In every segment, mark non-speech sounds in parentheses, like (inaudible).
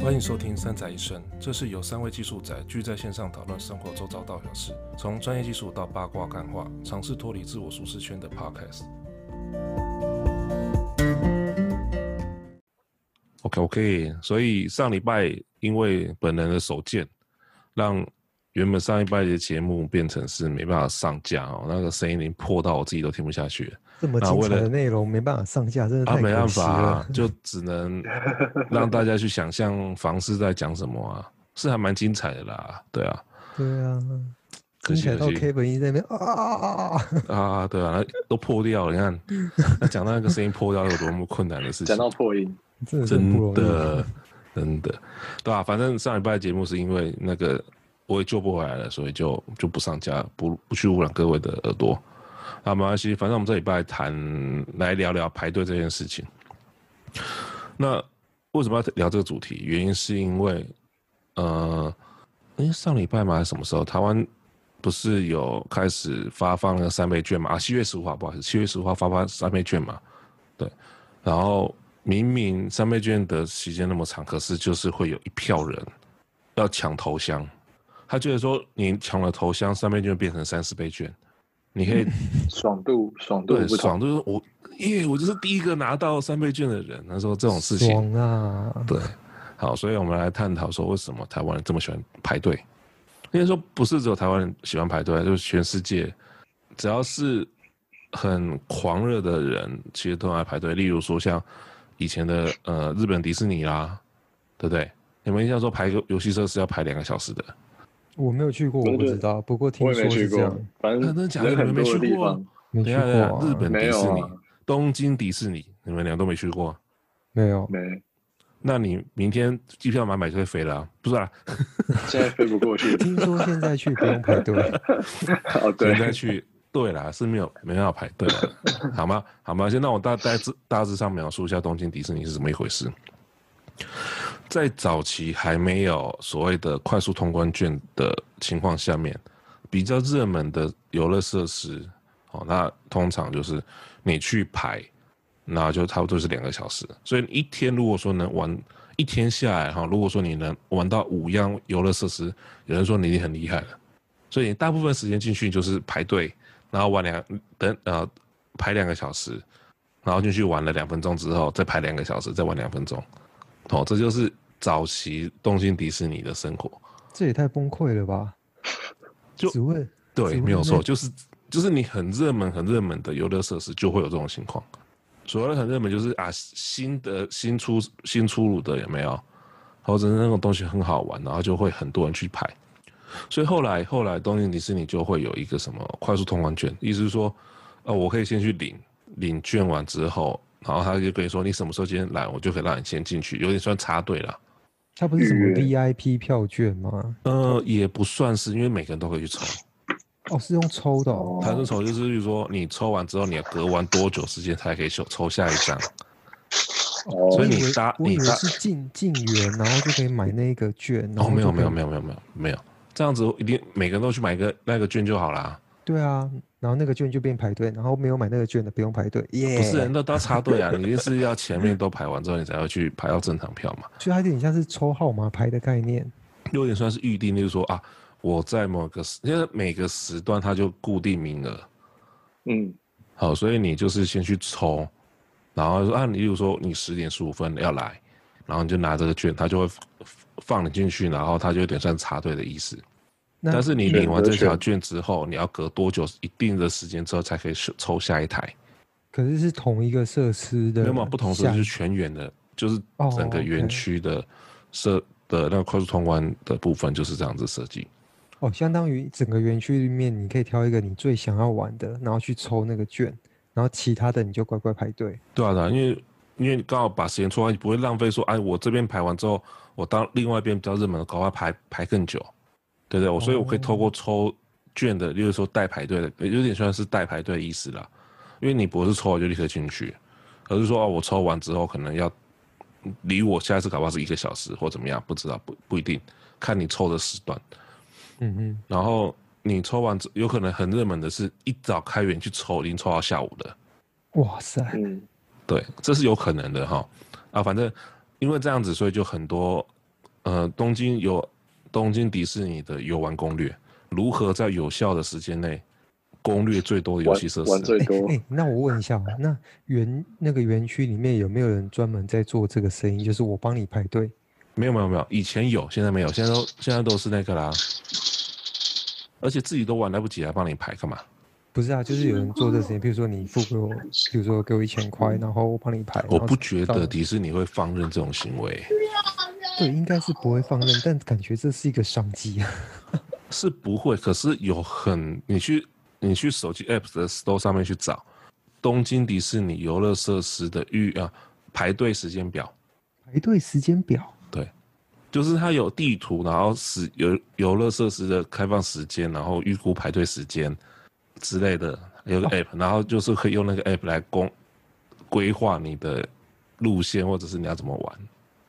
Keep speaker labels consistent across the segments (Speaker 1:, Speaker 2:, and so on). Speaker 1: 欢迎收听《三宅一生》，这是由三位技术宅聚在线上讨论生活周遭大小事，从专业技术到八卦干话，尝试脱离自我舒适圈的 Podcast。OK OK，所以上礼拜因为本人的手贱，让原本上一拜的节目变成是没办法上架哦，那个声音已经破到我自己都听不下去了。
Speaker 2: 这么
Speaker 1: 那
Speaker 2: 精
Speaker 1: 为
Speaker 2: 彩
Speaker 1: 了
Speaker 2: 的内容没办法上架，真的
Speaker 1: 啊，
Speaker 2: 太
Speaker 1: 没
Speaker 2: 可
Speaker 1: 办
Speaker 2: 惜
Speaker 1: 法、
Speaker 2: 了
Speaker 1: 啊。，就只能让大家去想象房市在讲什么啊，是还蛮精彩的啦，对啊，
Speaker 2: 对啊，
Speaker 1: 可
Speaker 2: 精
Speaker 1: 惜
Speaker 2: 彩
Speaker 1: 可
Speaker 2: 到
Speaker 1: 惜
Speaker 2: Kevin 一直在那边啊啊啊啊啊！
Speaker 1: 啊，对啊，那都破掉了，你
Speaker 2: 嗯
Speaker 1: 看， (laughs) 那讲到那个声音破掉有多么困难的事情
Speaker 3: 讲，到破音，
Speaker 2: 真的是很不
Speaker 1: 真
Speaker 2: 容易。
Speaker 1: 的真的，对啊，反正上礼拜的节目是因为那个我也救不回来了，所以就就不上架，不不去污染各位的耳朵。啊，没关系，反正我们这礼拜谈来聊聊排队这件事情。那为什么要聊这个主题？原因是因为，呃，因为上礼拜嘛，还是什么时候，台湾不是有开始发放那个三倍券嘛？啊，七月十五号，不好意思，七月十五号发放三倍券嘛，对。然后明明三倍券的时间那么长，可是就是会有一票人要抢头香，他觉得说你抢了头香，三倍券变成三十倍券，你可以
Speaker 3: 爽度爽度
Speaker 1: 对
Speaker 3: 不
Speaker 1: 爽，
Speaker 3: 同，
Speaker 1: 就是我耶，我就是第一个拿到三倍券的人。他说这种事情，
Speaker 2: 爽啊！
Speaker 1: 对，好，所以我们来探讨说，为什么台湾人这么喜欢排队？应该说不是只有台湾人喜欢排队，啊就是全世界只要是很狂热的人，其实都爱排队。例如说像以前的呃日本迪士尼啦，对不对？你们印象说排个游戏设施要排两个小时的，
Speaker 2: 我没有去过，
Speaker 3: 我
Speaker 2: 我不
Speaker 3: 觉
Speaker 2: 知
Speaker 3: 得
Speaker 2: 道。不过
Speaker 3: 我
Speaker 2: 听
Speaker 3: 也
Speaker 2: 说
Speaker 3: 没去
Speaker 2: 是这
Speaker 3: 过
Speaker 2: 样，，
Speaker 3: 反
Speaker 1: 啊真的假
Speaker 3: 正
Speaker 1: 的
Speaker 3: 人很
Speaker 1: 你们没
Speaker 3: 多的
Speaker 1: 去
Speaker 3: 地
Speaker 1: 过啊
Speaker 3: 方，
Speaker 2: 没
Speaker 1: 等
Speaker 2: 去
Speaker 1: 一下
Speaker 2: 过
Speaker 1: 等一下日
Speaker 2: 啊
Speaker 1: 本
Speaker 3: 没
Speaker 1: 迪
Speaker 3: 有
Speaker 1: 士尼、
Speaker 3: 啊
Speaker 1: 东京迪士尼，你们俩都没去过。
Speaker 2: 没有。。
Speaker 3: 没，
Speaker 1: 那你明天机票买买就会飞了啊、不是啊？
Speaker 3: 现在飞不过去
Speaker 1: (laughs)
Speaker 2: 听说现在去不用排队，
Speaker 3: 哦，对
Speaker 1: 现，在去，对啦，是没有没办法排队了，好吗？好吗？先让我大大致大致上描述一下东京迪士尼是怎么一回事。在早期还没有所谓的快速通关券的情况下面，比较热门的游乐设施，哦，那通常就是你去排，那就差不多是两个小时。所以一天如果说能玩一天下来哈、如果说你能玩到五样游乐设施，有人说你已经很厉害了。所以你大部分时间进去就是排队，然后玩两等呃排两个小时，然后进去玩了两分钟之后再排两个小时，再玩两分钟。哦，这就是早期东京迪士尼的生活。
Speaker 2: 这也太崩溃了吧？
Speaker 1: (laughs) 就
Speaker 2: 只问
Speaker 1: 对，
Speaker 2: 只
Speaker 1: 没有
Speaker 2: 为
Speaker 1: 错，
Speaker 2: 那
Speaker 1: 就是就是你很热门、很热门的游乐设施就会有这种情况。所谓的很热门，就是啊新的新出新出炉的有没有，或者是那种东西很好玩，然后就会很多人去排。所以后来后来东京迪士尼就会有一个什么快速通关券，意思是说，呃，我可以先去领领券完之后，然后他就跟你说你什么时候今天来，我就可以让你先进去，有点算插队了。
Speaker 2: 它不是什么
Speaker 3: 预约
Speaker 2: VIP 票券吗？
Speaker 1: 呃，也不算是，因为每个人都可以去抽。
Speaker 2: 哦，是用抽的哦。
Speaker 1: 弹射抽就是，比如说你抽完之后，你要隔完多久时间才可以抽抽下一张？
Speaker 3: 哦，
Speaker 1: 所
Speaker 2: 我
Speaker 1: 以你
Speaker 2: 以为
Speaker 1: 搭
Speaker 2: 我
Speaker 1: 你
Speaker 2: 以为
Speaker 1: 搭
Speaker 2: 是进进园，然后就可以买那个券。然
Speaker 1: 哦，
Speaker 2: 后
Speaker 1: 没有
Speaker 2: 就可
Speaker 1: 没
Speaker 2: 以
Speaker 1: 有没有没有没有没有，这样子一定每个人都去买一个那个券就好啦。
Speaker 2: 对啊，然后那个券就变排队，然后没有买那个券的不用排队，
Speaker 1: 啊
Speaker 2: 耶、
Speaker 1: 不是，那都要插队啊，你一定是要前面都排完之后，你才会去排到正常票嘛。
Speaker 2: 所以它有点像是抽号码牌的概念。
Speaker 1: 有点算是预定，就是说啊，我在某个时，因为每个时段它就固定名额，
Speaker 3: 嗯，
Speaker 1: 好，所以你就是先去抽，然后说啊，你例如说你十点十五分要来，然后你就拿这个券，它就会放你进去，然后它就有点算插队的意思。
Speaker 2: 那
Speaker 1: 但是你
Speaker 3: 选
Speaker 1: 领完
Speaker 3: 择
Speaker 1: 这条券
Speaker 3: 权
Speaker 1: 之后，你要隔多久一定的时间之后才可以抽抽下一台？
Speaker 2: 可是是同一个设施的
Speaker 1: 没
Speaker 2: 下，
Speaker 1: 有嘛，不同时就是全员的，就是整个
Speaker 2: 哦
Speaker 1: 园
Speaker 2: ，OK
Speaker 1: 区的设的那个快速通关的部分就是这样子设计。
Speaker 2: 哦，相当于整个园区里面，你可以挑一个你最想要玩的，然后去抽那个券，然后其他的你就乖乖排队。
Speaker 1: 对啊，对啊，因为因为刚好把时间错开，你不会浪费说，哎，我这边排完之后，我到另外一边比较热门的，搞快排排更久，对不对？我所以我可以透过抽券的，就是说代排队的，有点算是代排队的意思啦。因为你不是抽完就立刻进去，而是说哦，我抽完之后可能要离我下一次搞不好是一个小时或怎么样，不知道不不一定，看你抽的时段。
Speaker 2: 嗯嗯，
Speaker 1: 然后你抽完之，有可能很热门的是一早开园去抽，已经抽到下午了。
Speaker 2: 哇塞，
Speaker 3: 嗯，
Speaker 1: 对，这是有可能的哈。啊，反正因为这样子，所以就很多呃，东京有东京迪士尼的游玩攻略，如何在有效的时间内攻略最多的游
Speaker 3: 玩
Speaker 1: 戏设
Speaker 3: 玩
Speaker 1: 施？
Speaker 3: 最多
Speaker 2: 哎、那我问一下哦，那园那个园区里面有没有人专门在做这个生意？就是我帮你排队，
Speaker 1: 没有没有没有，以前有，现在没有，现在都现在都是那个啦。而且自己都玩来不及，还啊帮你排干嘛？
Speaker 2: 不是啊，就是有人做这个生意。比如说你付给我，比如说给我一千块，然后我帮你排。
Speaker 1: 我
Speaker 2: 然后
Speaker 1: 不觉
Speaker 2: 到
Speaker 1: 得迪士尼会放任这种行为，
Speaker 2: 对，应该是不会放任，但感觉这是一个商机啊。 (laughs)
Speaker 1: 是不会。可是有很，你去你去手机 App 的 Store 上面去找东京迪士尼游乐设施的预啊排队时间表，
Speaker 2: 排队时间表，
Speaker 1: 对，就是它有地图，然后是游游乐设施的开放时间，然后预估排队时间之类的，有个
Speaker 2: 哦
Speaker 1: app，、然后就是可以用那个 app 来公规划你的路线或者是你要怎么玩，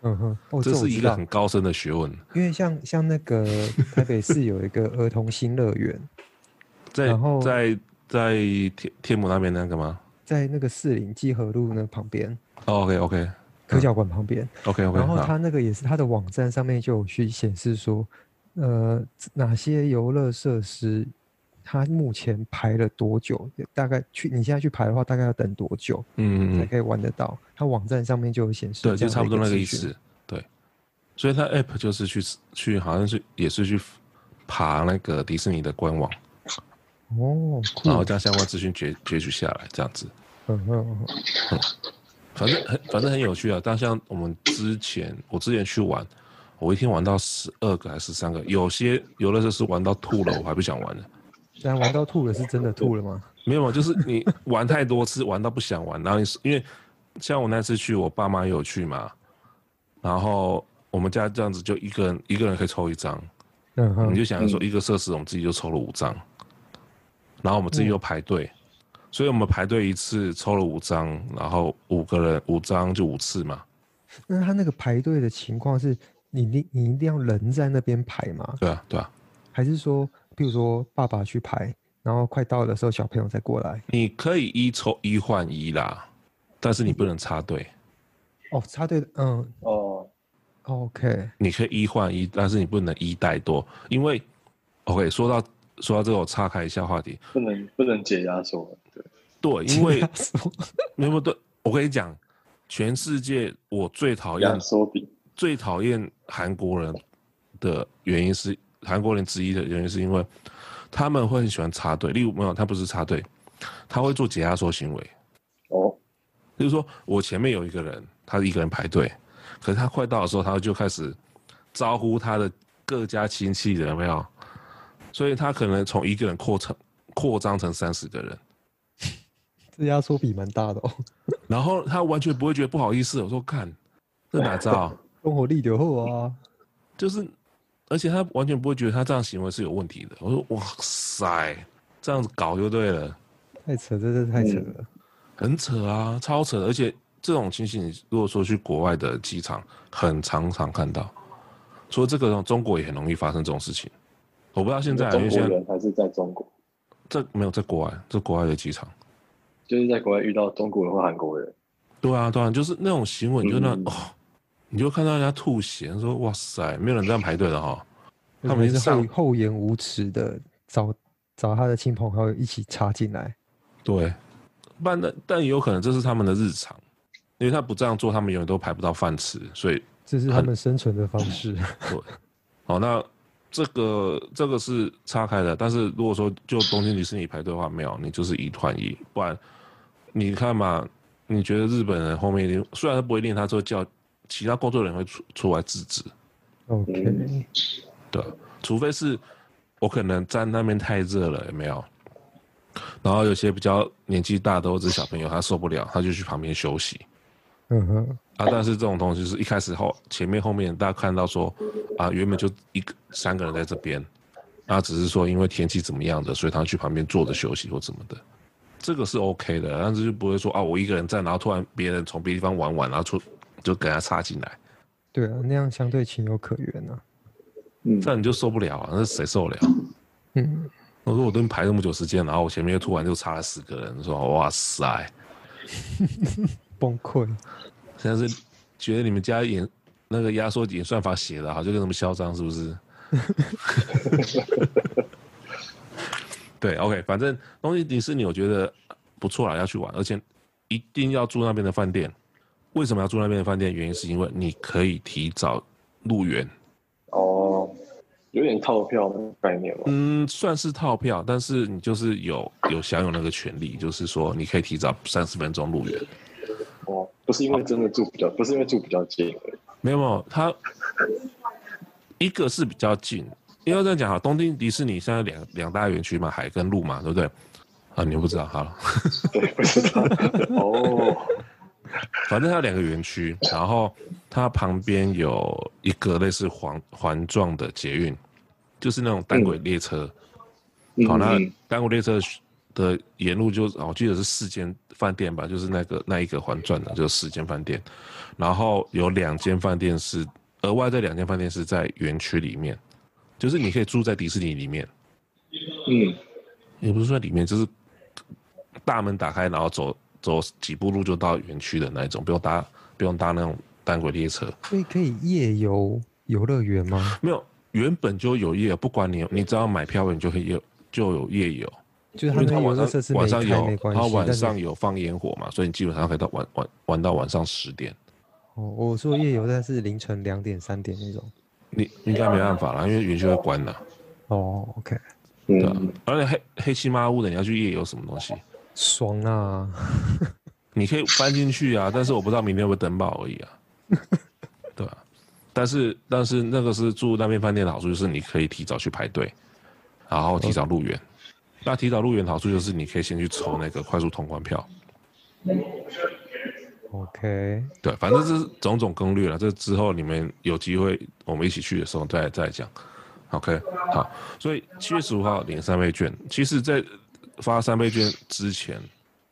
Speaker 2: 嗯哼，哦，
Speaker 1: 这是
Speaker 2: 我知
Speaker 1: 一个
Speaker 2: 道
Speaker 1: 很高深的学问。
Speaker 2: 因为像像那个台北市有一个儿童新乐园，
Speaker 1: 在
Speaker 2: 然后
Speaker 1: 在在天天母那边那个吗、哦
Speaker 2: 在那个士林基河路那旁边，
Speaker 1: o o k OK
Speaker 2: 科教馆旁边。
Speaker 1: OK 嗯 OK，
Speaker 2: 然后它那个也是它的网站上面就有去显示说，呃，哪些游乐设施它目前排了多久，大概去你现在去排的话，大概要等多久
Speaker 1: 嗯嗯
Speaker 2: 才
Speaker 1: 嗯，
Speaker 2: 可以玩得到？它网站上面就有显示，
Speaker 1: 对，就差不多那
Speaker 2: 个
Speaker 1: 个意
Speaker 2: 资讯。
Speaker 1: 思，对。所以它 app 就是去去好像是也是去爬那个迪士尼的官网。
Speaker 2: 哦，酷
Speaker 1: 然，后将相关资讯截截取下来，这样子，
Speaker 2: 嗯哼嗯哼，
Speaker 1: 反正很反正很有趣啊。但像我们之前，我之前去玩，我一天玩到十二个还是三个，有些游乐设施玩到吐了，我还不想玩呢。
Speaker 2: 但玩到吐了是真的吐了吗？
Speaker 1: 没有，就是你玩太多次，玩到不想玩，然后你是因为像我那次去，我爸妈也有去嘛，然后我们家这样子就一个人一个人可以抽一张，
Speaker 2: 嗯
Speaker 1: 你
Speaker 2: 哼，
Speaker 1: 就想说一个设施我们自己就抽了五张，然后我们
Speaker 2: 嗯
Speaker 1: 自己又排队，所以我们排队一次抽了五张，然后五个人五张就五次嘛，
Speaker 2: 那他那个排队的情况是你你你一定要人在那边排吗？
Speaker 1: 对啊对啊，
Speaker 2: 还是说，比如说爸爸去排，然后快到的时候小朋友再过来？
Speaker 1: 你可以一抽一换一啦，但是你不能插队，
Speaker 2: 哦，插队的，嗯
Speaker 3: 哦，
Speaker 2: ，OK，
Speaker 1: 你可以一换一，但是你不能一带多，因为 OK 说到说到这个我岔开一下话题，
Speaker 3: 不能不能解压缩，对，
Speaker 1: 对，因
Speaker 2: (laughs)
Speaker 1: 为
Speaker 2: 说
Speaker 1: 没有对，我跟你讲，全世界我最讨厌
Speaker 3: 压缩比
Speaker 1: 最讨厌韩国人的原因是韩国人之一的原因是因为他们会很喜欢插队。例如没有，他不是插队，他会做解压缩行为。
Speaker 3: 哦，
Speaker 1: 就是说我前面有一个人，他一个人排队，可是他快到的时候，他就开始招呼他的各家亲戚人，有没有？所以他可能从一个人扩成扩张成三十个人，
Speaker 2: 这压缩比蛮大的哦，
Speaker 1: 然后他完全不会觉得不好意思。我说看，这哪招啊？
Speaker 2: 中火力流后啊，
Speaker 1: 就是，而且他完全不会觉得他这样行为是有问题的。我说哇塞，这样子搞就对了，
Speaker 2: 太扯，这这太扯
Speaker 3: 嗯
Speaker 2: 了。
Speaker 1: 很扯啊，超扯的。而且这种情形，你如果说去国外的机场，很常常看到。除了这个，中国也很容易发生这种事情。我不知道现在啊，因为
Speaker 3: 中国
Speaker 1: 现在
Speaker 3: 人还是在中国，
Speaker 1: 这没有在国外，这国外的机场。
Speaker 3: 就是在国外遇到中国人或韩国人，
Speaker 1: 对啊，对啊，就是那种行为，你就那、
Speaker 3: 嗯
Speaker 1: 哦，你就看到人家吐血，说哇塞，没有人这样排队的哈。嗯他们
Speaker 2: 就
Speaker 1: 已经
Speaker 2: 是厚
Speaker 1: 上
Speaker 2: 厚颜无耻的找找他的亲朋好友一起插进来，
Speaker 1: 对，但但但也有可能这是他们的日常，因为他不这样做，他们永远都排不到饭吃，所以
Speaker 2: 这是他们生存的方式。
Speaker 1: 对。好，那这个这个是岔开的，但是如果说就东京迪士尼排队的话，没有，你就是一换一，不然你看嘛，你觉得日本人后面一定虽然他不会念，他说叫其他工作人员会出出来制止，嗯
Speaker 2: OK，
Speaker 1: 对，除非是我可能站那边太热了，有没有？然后有些比较年纪大的或者是小朋友，他受不了，他就去旁边休息。
Speaker 2: 嗯哼，
Speaker 1: 啊，但是这种东西是一开始后前面后面大家看到说啊，原本就一个三个人在这边，啊，只是说因为天气怎么样的，所以他去旁边坐着休息或怎么的，这个是 OK 的，但是就不会说啊，我一个人在，然后突然别人从别的地方玩玩，然后出就给他插进来，
Speaker 2: 对啊，那样相对情有可原啊。
Speaker 3: 嗯，
Speaker 1: 这样你就受不了啊，那谁受得了？
Speaker 2: 嗯，
Speaker 1: 我说我都排那么久时间，然后我前面又突然就插了十个人，说哇塞，
Speaker 2: 崩溃。
Speaker 1: 现在是觉得你们家演那个压缩演算法写的好，就跟什么嚣张是不是？对，OK，反正东京迪士尼我觉得不错啦，要去玩，而且一定要住那边的饭店。为什么要住那边的饭店？原因是因为你可以提早入园，
Speaker 3: 哦，有点套票的概念嘛。
Speaker 1: 嗯，算是套票，但是你就是有有享有那个权利，就是说你可以提早三十分钟入园。
Speaker 3: 哦，不是因为真的住比较，不是因为住比较近而已。
Speaker 1: 没有没有，它一个是比较近，因为这样讲哈，东京迪士尼现在两两大园区嘛，海跟陆嘛，对不对？啊，你又不知道，好了，
Speaker 3: 对，不知道。 (laughs) 哦，
Speaker 1: 反正它有两个园区，然后它旁边有一个类似环环状的捷运，就是那种单轨列车。
Speaker 3: 嗯
Speaker 1: 好，那
Speaker 3: 嗯
Speaker 1: 单轨列车的沿路就哦我记得是四间饭店吧，就是那个那一个环转的，就是四间饭店，然后有两间饭店是额外这两间饭店是在园区里面，就是你可以住在迪士尼里面，
Speaker 3: 嗯，
Speaker 1: 也不是说里面，就是大门打开，然后走走几步路就到园区的那一种，不用搭不用搭那种单轨列车，
Speaker 2: 所以可以夜游游乐园吗？
Speaker 1: 没有原本就有夜游，不管你有你只要买票，你就可以有就有夜游。
Speaker 2: 就是
Speaker 1: 因为
Speaker 2: 们
Speaker 1: 他
Speaker 2: 游
Speaker 1: 晚
Speaker 2: 乐设施
Speaker 1: 上
Speaker 2: 没
Speaker 1: 晚上
Speaker 2: 开
Speaker 1: 有
Speaker 2: 没关系
Speaker 1: 他，晚
Speaker 2: 但是
Speaker 1: 上有放烟火嘛，所以你基本上可以到晚晚玩到晚上十点。
Speaker 2: 哦，我说夜游，但是凌晨两点三点那种。
Speaker 1: 你应该没办法啦，因为园区会关的，
Speaker 2: 哦，OK，
Speaker 3: 嗯
Speaker 1: 对啊。而且黑黑漆麻乌的，你要去夜游什么东西？
Speaker 2: 爽啊！
Speaker 1: 你可以搬进去啊，但是我不知道明天会不会登报而已
Speaker 2: (laughs)
Speaker 1: 啊，对啊。但是但是那个是住那边饭店的好处就是你可以提早去排队，然后提早入园。那提早入园的好处就是你可以先去抽那个快速通关票，
Speaker 2: 哦 OK，
Speaker 1: 对，反正这是种种攻略了。这之后你们有机会我们一起去的时候再再讲。OK，好，所以七月十五号领三倍券。其实，在发三倍券之前，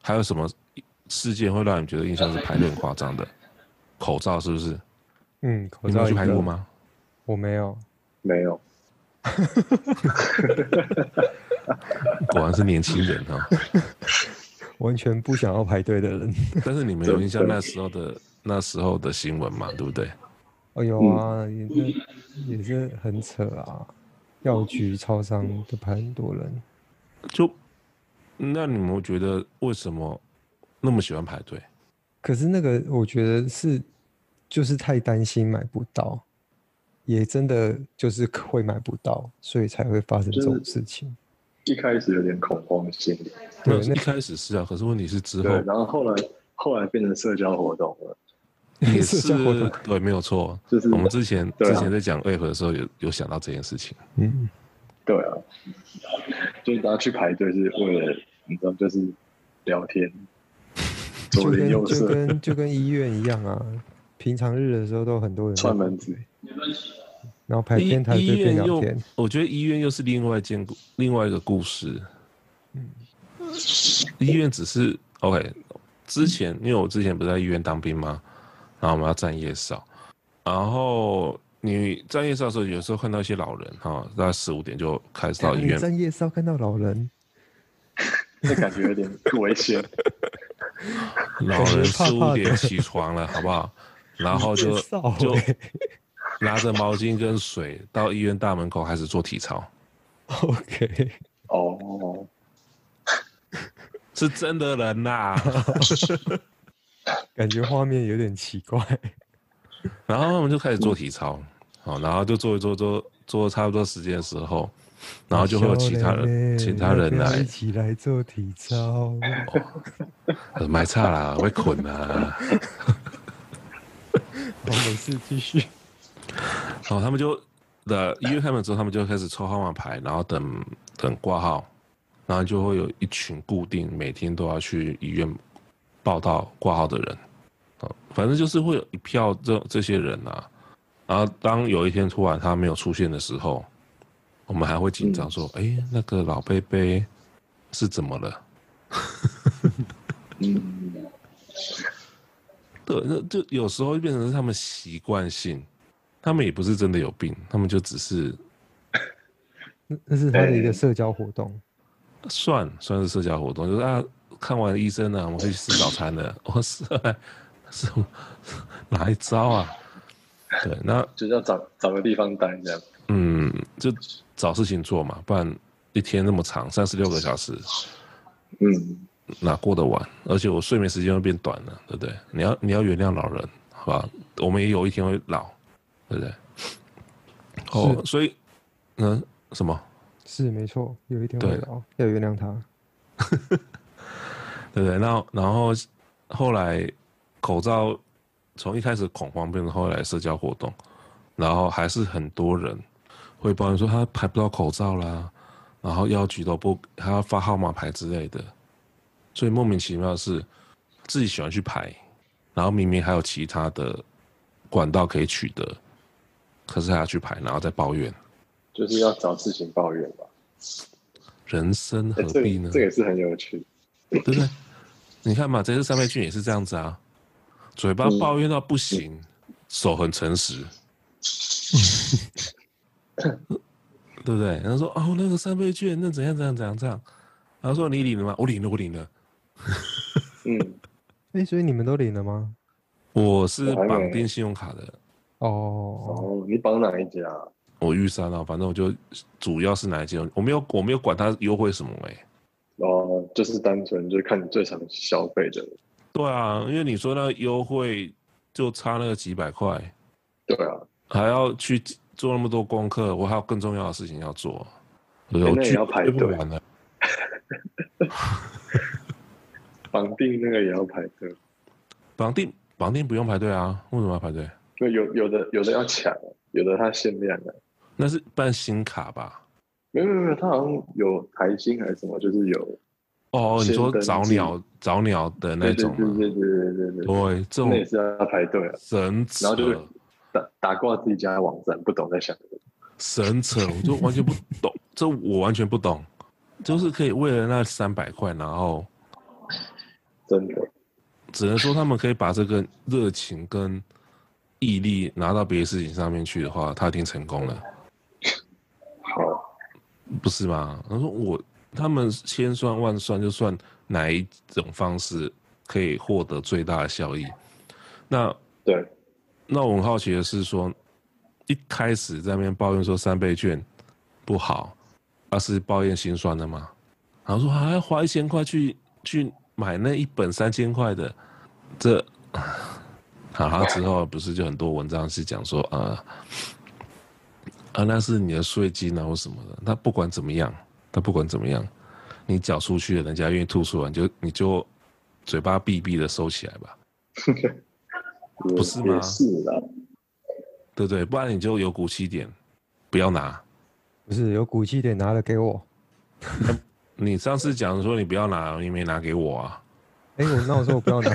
Speaker 1: 还有什么事件会让你觉得印象是排队很夸张的？口罩是不是？
Speaker 2: 嗯，口
Speaker 1: 你们
Speaker 2: 罩
Speaker 1: 有去
Speaker 2: 一
Speaker 1: 排
Speaker 2: 个
Speaker 1: 过？吗？
Speaker 2: 我没有，
Speaker 3: 没有。
Speaker 1: 果然是年轻人哈、哦。
Speaker 2: 完全不想要排队的人。 (laughs)
Speaker 1: 但是你们有印象那时候的那时候的新闻嘛？对不对？
Speaker 2: 哦，有啊，
Speaker 1: 嗯
Speaker 2: 也是也是很扯啊，药局、超商都排很多人。
Speaker 1: 就那你们觉得为什么那么喜欢排队？
Speaker 2: 可是那个我觉得是，就是太担心买不到，也真的就是会买不到，所以才会发生这种
Speaker 3: 就是
Speaker 2: 事情。
Speaker 3: 一开始有点恐慌心理，
Speaker 1: 没
Speaker 2: 对
Speaker 1: 有，，
Speaker 2: 那
Speaker 1: 一开始是啊，可是问题是之
Speaker 3: 对
Speaker 1: 后，
Speaker 3: 然后后来后来变成社交活动了，
Speaker 2: (laughs)
Speaker 1: 也
Speaker 2: 社
Speaker 1: 是
Speaker 2: 交活动
Speaker 1: 对，没有
Speaker 2: (laughs)
Speaker 1: 错。
Speaker 3: 就是
Speaker 1: 我们之前、
Speaker 3: 对啊
Speaker 1: 之前在讲 App 的时候有，有想到这件事情。
Speaker 2: 嗯，
Speaker 3: 对啊，就是大家去排队是为了你知道，就是聊天，
Speaker 2: 就
Speaker 3: 左邻
Speaker 2: 跟
Speaker 3: 右
Speaker 2: 就
Speaker 3: 舍，
Speaker 2: 跟就跟医院一样啊，平常日的时候都很多人在
Speaker 3: 串
Speaker 2: 排
Speaker 3: 门子
Speaker 2: 队，然后排边排
Speaker 1: 医
Speaker 2: 队边
Speaker 1: 院
Speaker 2: 聊
Speaker 1: 又
Speaker 2: 天。，
Speaker 1: 我觉得医院又是另外一件故另外一个故事。
Speaker 2: 嗯
Speaker 1: 医院只是 OK。之前因为我之前不是在医院当兵吗？然后我们要站夜哨，然后你站夜哨的时候，有时候看到一些老人哈，大概四五点就开始到医
Speaker 2: 你
Speaker 1: 院。
Speaker 2: 站夜哨看到老人，
Speaker 3: 那感觉有点危险。
Speaker 1: 老人四
Speaker 2: 怕怕
Speaker 1: 五
Speaker 2: 的
Speaker 1: 点起床了，好不好？然后
Speaker 2: (laughs)
Speaker 1: 就
Speaker 2: 夜少
Speaker 1: 就
Speaker 2: 欸
Speaker 1: 拿着毛巾跟水到医院大门口开始做体操，
Speaker 2: OK，
Speaker 3: 哦，
Speaker 1: 是真的人呐、
Speaker 2: 感觉画面有点奇怪。
Speaker 1: 然后他们就开始做体操，好，然后就做一做做做差不多时间的时候，然后就会有其他人其他人
Speaker 2: 要不要一
Speaker 1: 来，
Speaker 2: 起来做体操。
Speaker 1: 呃买菜啦，会捆啊啦，
Speaker 2: 好，没事，继续。
Speaker 1: 然哦后他们就的医院开门之后，他们就开始抽号码牌，然后等等挂号，然后就会有一群固定每天都要去医院报到挂号的人，啊，反正就是会有一票这这些人啊，然后当有一天突然他没有出现的时候，我们还会紧张说，哎、那个老贝贝是怎么了？ (laughs)
Speaker 3: 嗯，
Speaker 1: 对，那就有时候就变成是他们习惯性，他们也不是真的有病，他们就只是
Speaker 2: 那那是他的一个
Speaker 3: 哎
Speaker 2: 社交活动，
Speaker 1: 算算是社交活动，就是啊，看完医生呢、 (laughs) 我们可以去吃早餐了。我、哦、是什么哪一招啊？对，那
Speaker 3: 就是要找找个地方待这样。
Speaker 1: 嗯，就找事情做嘛，不然一天那么长，三十六个小时，
Speaker 3: 嗯，
Speaker 1: 哪过得完？而且我睡眠时间会变短了，对不对？你要你要原谅老人，好吧？我们也有一天会老，对不对？哦，所以，嗯，什么？
Speaker 2: 是没错，有一天会
Speaker 1: 对
Speaker 2: 老，要原谅他。
Speaker 1: 对不对？然后然后后来口罩从一开始恐慌变成后来社交活动，然后还是很多人会抱怨说他排不到口罩啦，然后要举都不，还要发号码牌之类的，所以莫名其妙的是自己喜欢去排，然后明明还有其他的管道可以取得，可是还要去排，然后再抱怨，
Speaker 3: 就是要找事情抱怨吧。
Speaker 1: 人生何
Speaker 3: 哎这
Speaker 1: 必呢？
Speaker 3: 个这个也是很有趣。
Speaker 1: 对不对？你看嘛，这次三倍券也是这样子啊，嘴巴抱怨到不行，手很诚实，对不对？然后说哦，那个三倍券那怎样怎样怎样怎样，然后说你领了吗？我领了，我领了，
Speaker 3: 嗯，
Speaker 2: 哎、所以你们都领了吗？
Speaker 1: 我是绑定信用卡的，
Speaker 2: 哦，
Speaker 3: 哦，你绑哪一家啊？
Speaker 1: 我预算了，反正我就主要是哪一件，我没有我没有管它优惠什么哎、
Speaker 3: 哦，就是单纯就是看你最常消费的。
Speaker 1: 对啊，因为你说那个优惠就差那个几百块，
Speaker 3: 对啊，
Speaker 1: 还要去做那么多功课，我还有更重要的事情要做，对不对？
Speaker 3: 哎
Speaker 1: 我
Speaker 3: 那也
Speaker 1: 去
Speaker 3: 要排
Speaker 1: 追不
Speaker 3: 队
Speaker 1: 完了。
Speaker 3: 绑定那个也要排队，
Speaker 1: 绑定绑定不用排队啊？为什么要排队？
Speaker 3: 就有有的有的要抢啊，有的它限量啊。
Speaker 1: 那是办新卡吧？
Speaker 3: 没有没有没有，它好像有台新还是什么，就是有
Speaker 1: 哦，你
Speaker 3: 先
Speaker 1: 说
Speaker 3: 登记
Speaker 1: 早鸟早鸟的那种吗？
Speaker 3: 对对对对对对对，
Speaker 1: 对，这种
Speaker 3: 那也是要排队啊。
Speaker 1: 神扯
Speaker 3: 然后就是打打挂自己家的网站，不懂在想什么。
Speaker 1: 神扯，我就完全不
Speaker 3: (laughs)
Speaker 1: 懂，这我完全不懂，就是可以为了那三百块，然后
Speaker 3: 真的，
Speaker 1: 只能说他们可以把这个热情跟毅力拿到别的事情上面去的话，他已经成功了。
Speaker 3: 好，
Speaker 1: 不是吗？他说我他们千算万算，就算哪一种方式可以获得最大的效益。那
Speaker 3: 对，
Speaker 1: 那我很好奇的是说，一开始在那边抱怨说三倍券不好，而、是抱怨心酸的吗？然后说还要花一千块去去买那一本三千块的，这，好，他之后不是就很多文章是讲说呃，啊那是你的税金啊或什么的，那不管怎么样，他不管怎么样，你缴出去了，人家愿意吐出来，你就你就嘴巴闭闭的收起来吧。
Speaker 3: 也
Speaker 1: 不是吗
Speaker 3: 也是啦，
Speaker 1: 对不对？不然你就有骨气一点，不要拿。
Speaker 2: 不是，有骨气一点拿了给我。
Speaker 1: 你上次讲说你不要拿，你没拿给我啊，
Speaker 2: 哎、我那我说我不
Speaker 1: (laughs)
Speaker 2: 要拿。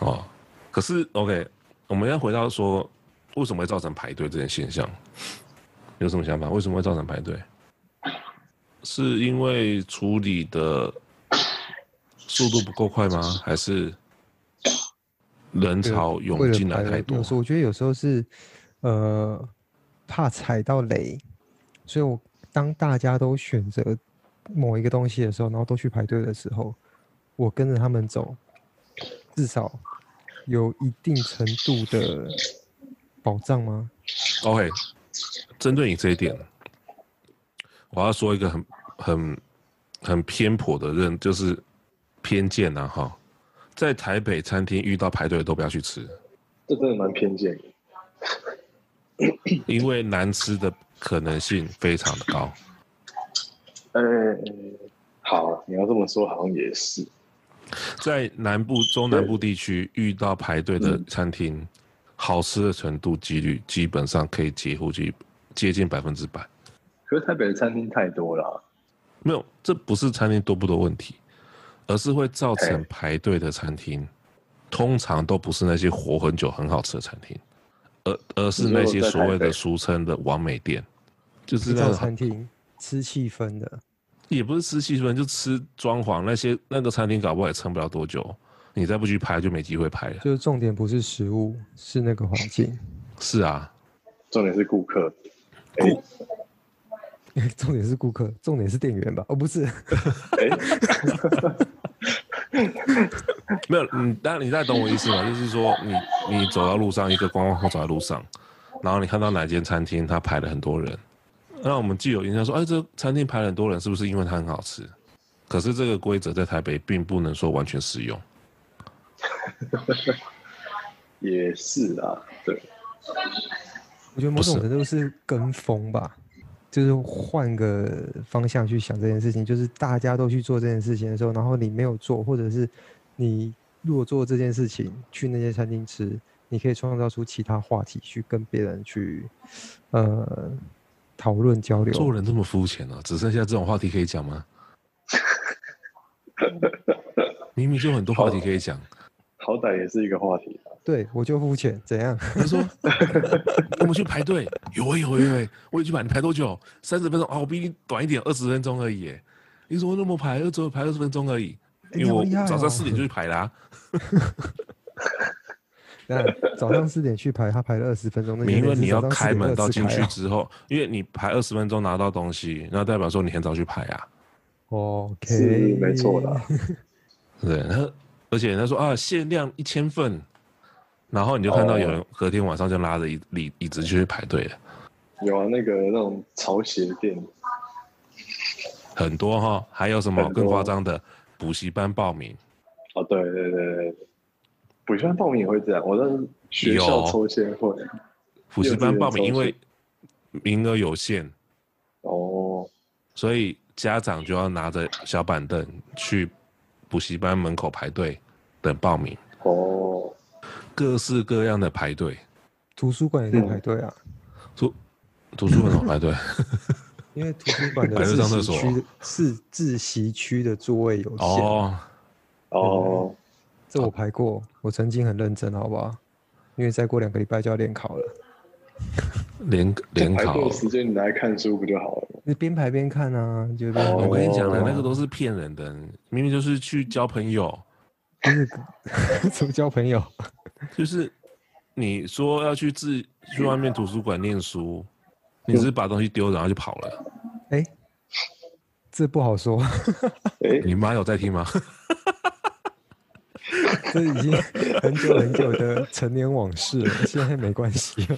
Speaker 1: 哦，可是 OK，我们要回到说为什么会造成排队这件现象，有什么想法？为什么会造成排队？是因为处理的速度不够快吗？还是人潮
Speaker 2: 为
Speaker 1: 涌
Speaker 2: 了
Speaker 1: 进来
Speaker 2: 排
Speaker 1: 太多
Speaker 2: 有？时候我觉得有时候是，呃，怕踩到雷，所以我当大家都选择某一个东西的时候，然后都去排队的时候，我跟着他们走，至少有一定程度的保障吗？
Speaker 1: OK，针对你这一点，我要说一个很很很偏颇的认，就是偏见啊哈。在台北餐厅遇到排队的都不要去吃，
Speaker 3: 这真的蛮偏见的。
Speaker 1: 因为难吃的可能性非常的高。
Speaker 3: 哎、好，你要这么说，好像也是。
Speaker 1: 在南部、中南部地区遇到排队的餐厅，好吃的程度几率基本上可以几乎接接近百分之百。
Speaker 3: 可是台北的餐厅太多了啊、
Speaker 1: 没有，这不是餐厅多不多问题，而是会造成
Speaker 3: 哎
Speaker 1: 排队的餐厅，通常都不是那些活很久很好吃的餐厅，而而是那些所谓的俗称的完美店，就是
Speaker 2: 制
Speaker 1: 那
Speaker 2: 造
Speaker 1: 种
Speaker 2: 餐厅吃气氛的，
Speaker 1: 也不是吃气氛，就吃装潢那些那个餐厅，搞不好也撑不了多久，你再不去拍就没机会拍了。
Speaker 2: 就是重点不是食物，是那个环境， (laughs)
Speaker 1: 是啊，
Speaker 3: 重点是顾客。哎、
Speaker 2: 重点是顾客，重点是店员吧？哦，不是，
Speaker 3: 哎、
Speaker 1: 没有，嗯，当然你在懂我意思嘛，就是说你你走到路上，一个观光客走在路上，然后你看到哪间餐厅它排了很多人，那我们既有印象说，哎，这餐厅排了很多人，是不是因为它很好吃？可是这个规则在台北并不能说完全适用。
Speaker 3: 也是啊，对，
Speaker 2: (laughs) 我觉得某种
Speaker 1: 不是
Speaker 2: 程度是跟风吧，就是换个方向去想这件事情，就是大家都去做这件事情的时候，然后你没有做，或者是你如果做这件事情去那些餐厅吃，你可以创造出其他话题去跟别人去呃讨论交流。
Speaker 1: 做人这么肤浅啊，只剩下这种话题可以讲吗？明明就有很多话题可以讲，
Speaker 3: 好歹也是一个话题啊，
Speaker 2: 对我就肤浅，怎样？
Speaker 1: 他说我们去排队，有欸有欸有欸，我也去排，你排多久？三十分钟啊，我比你短一点，二十分钟而已欸。你怎么那么排？又只有排二十分钟而已，
Speaker 2: 欸
Speaker 1: 因为我
Speaker 2: 你好厉害
Speaker 1: 早上
Speaker 2: 哦
Speaker 1: 四点就去排啦、
Speaker 2: (laughs) 怎样？早上四点去排，他排了二十分钟，那
Speaker 1: 因为
Speaker 2: 原来是
Speaker 1: 你要
Speaker 2: 早上
Speaker 1: 开
Speaker 2: 4:20
Speaker 1: 门到进去
Speaker 2: 排啊
Speaker 1: 之后，因为你排二十分钟拿到东西，那代表说你很早去排啊。
Speaker 2: 哦，OK，
Speaker 3: 是没错的啊，
Speaker 1: 对，他而且他说啊，限量一千份，然后你就看到
Speaker 2: 哦
Speaker 1: 有人隔天晚上就拉着椅椅椅子就去排队了，
Speaker 3: 有啊，那个那种潮鞋店，
Speaker 1: 很多哈。还有什么
Speaker 3: 很多
Speaker 1: 更夸张的？补习班报名
Speaker 3: 哦，对对对对对，补习班报名也会这样，我那学校
Speaker 1: 有
Speaker 3: 抽签会，
Speaker 1: 补习班报名，
Speaker 3: 幼
Speaker 1: 因
Speaker 3: 稚园
Speaker 1: 为名额有限，
Speaker 3: 哦，
Speaker 1: 所以家长就要拿着小板凳去补习班门口排队等报名，
Speaker 3: 哦，
Speaker 1: 各式各样的排队。
Speaker 2: 图书馆也在
Speaker 3: 嗯
Speaker 2: 排队啊。
Speaker 1: 图图书馆怎么
Speaker 3: (laughs)
Speaker 1: 排队？
Speaker 2: 因为图书馆的
Speaker 1: (laughs) 还是
Speaker 2: 自
Speaker 1: 上厕
Speaker 2: 习
Speaker 1: 所
Speaker 2: 区的是自习区的座位有限，
Speaker 1: 哦，嗯
Speaker 3: 哦，
Speaker 2: 这我排过，我曾经很认真，好不好？因为再过两个礼拜就要联考了，
Speaker 1: 联联
Speaker 3: 排队
Speaker 1: 考
Speaker 3: 的。时间你来看书不就好了吗？
Speaker 2: 你边排边看啊，就边、
Speaker 3: 哦
Speaker 1: 我跟你讲的
Speaker 3: 哦
Speaker 1: 那个都
Speaker 2: (laughs)
Speaker 1: 是骗人的，明明就是去交朋友，
Speaker 2: 就是怎么交朋友？
Speaker 1: 就是你说要去自去外面图书馆念书，你只是把东西丢然后就跑了。
Speaker 2: 哎、这不好说， (laughs)
Speaker 3: 哎，
Speaker 1: 你妈有在听吗？
Speaker 2: 这已经很久很久的陈年往事了，现在没关
Speaker 1: (laughs)
Speaker 2: 系了。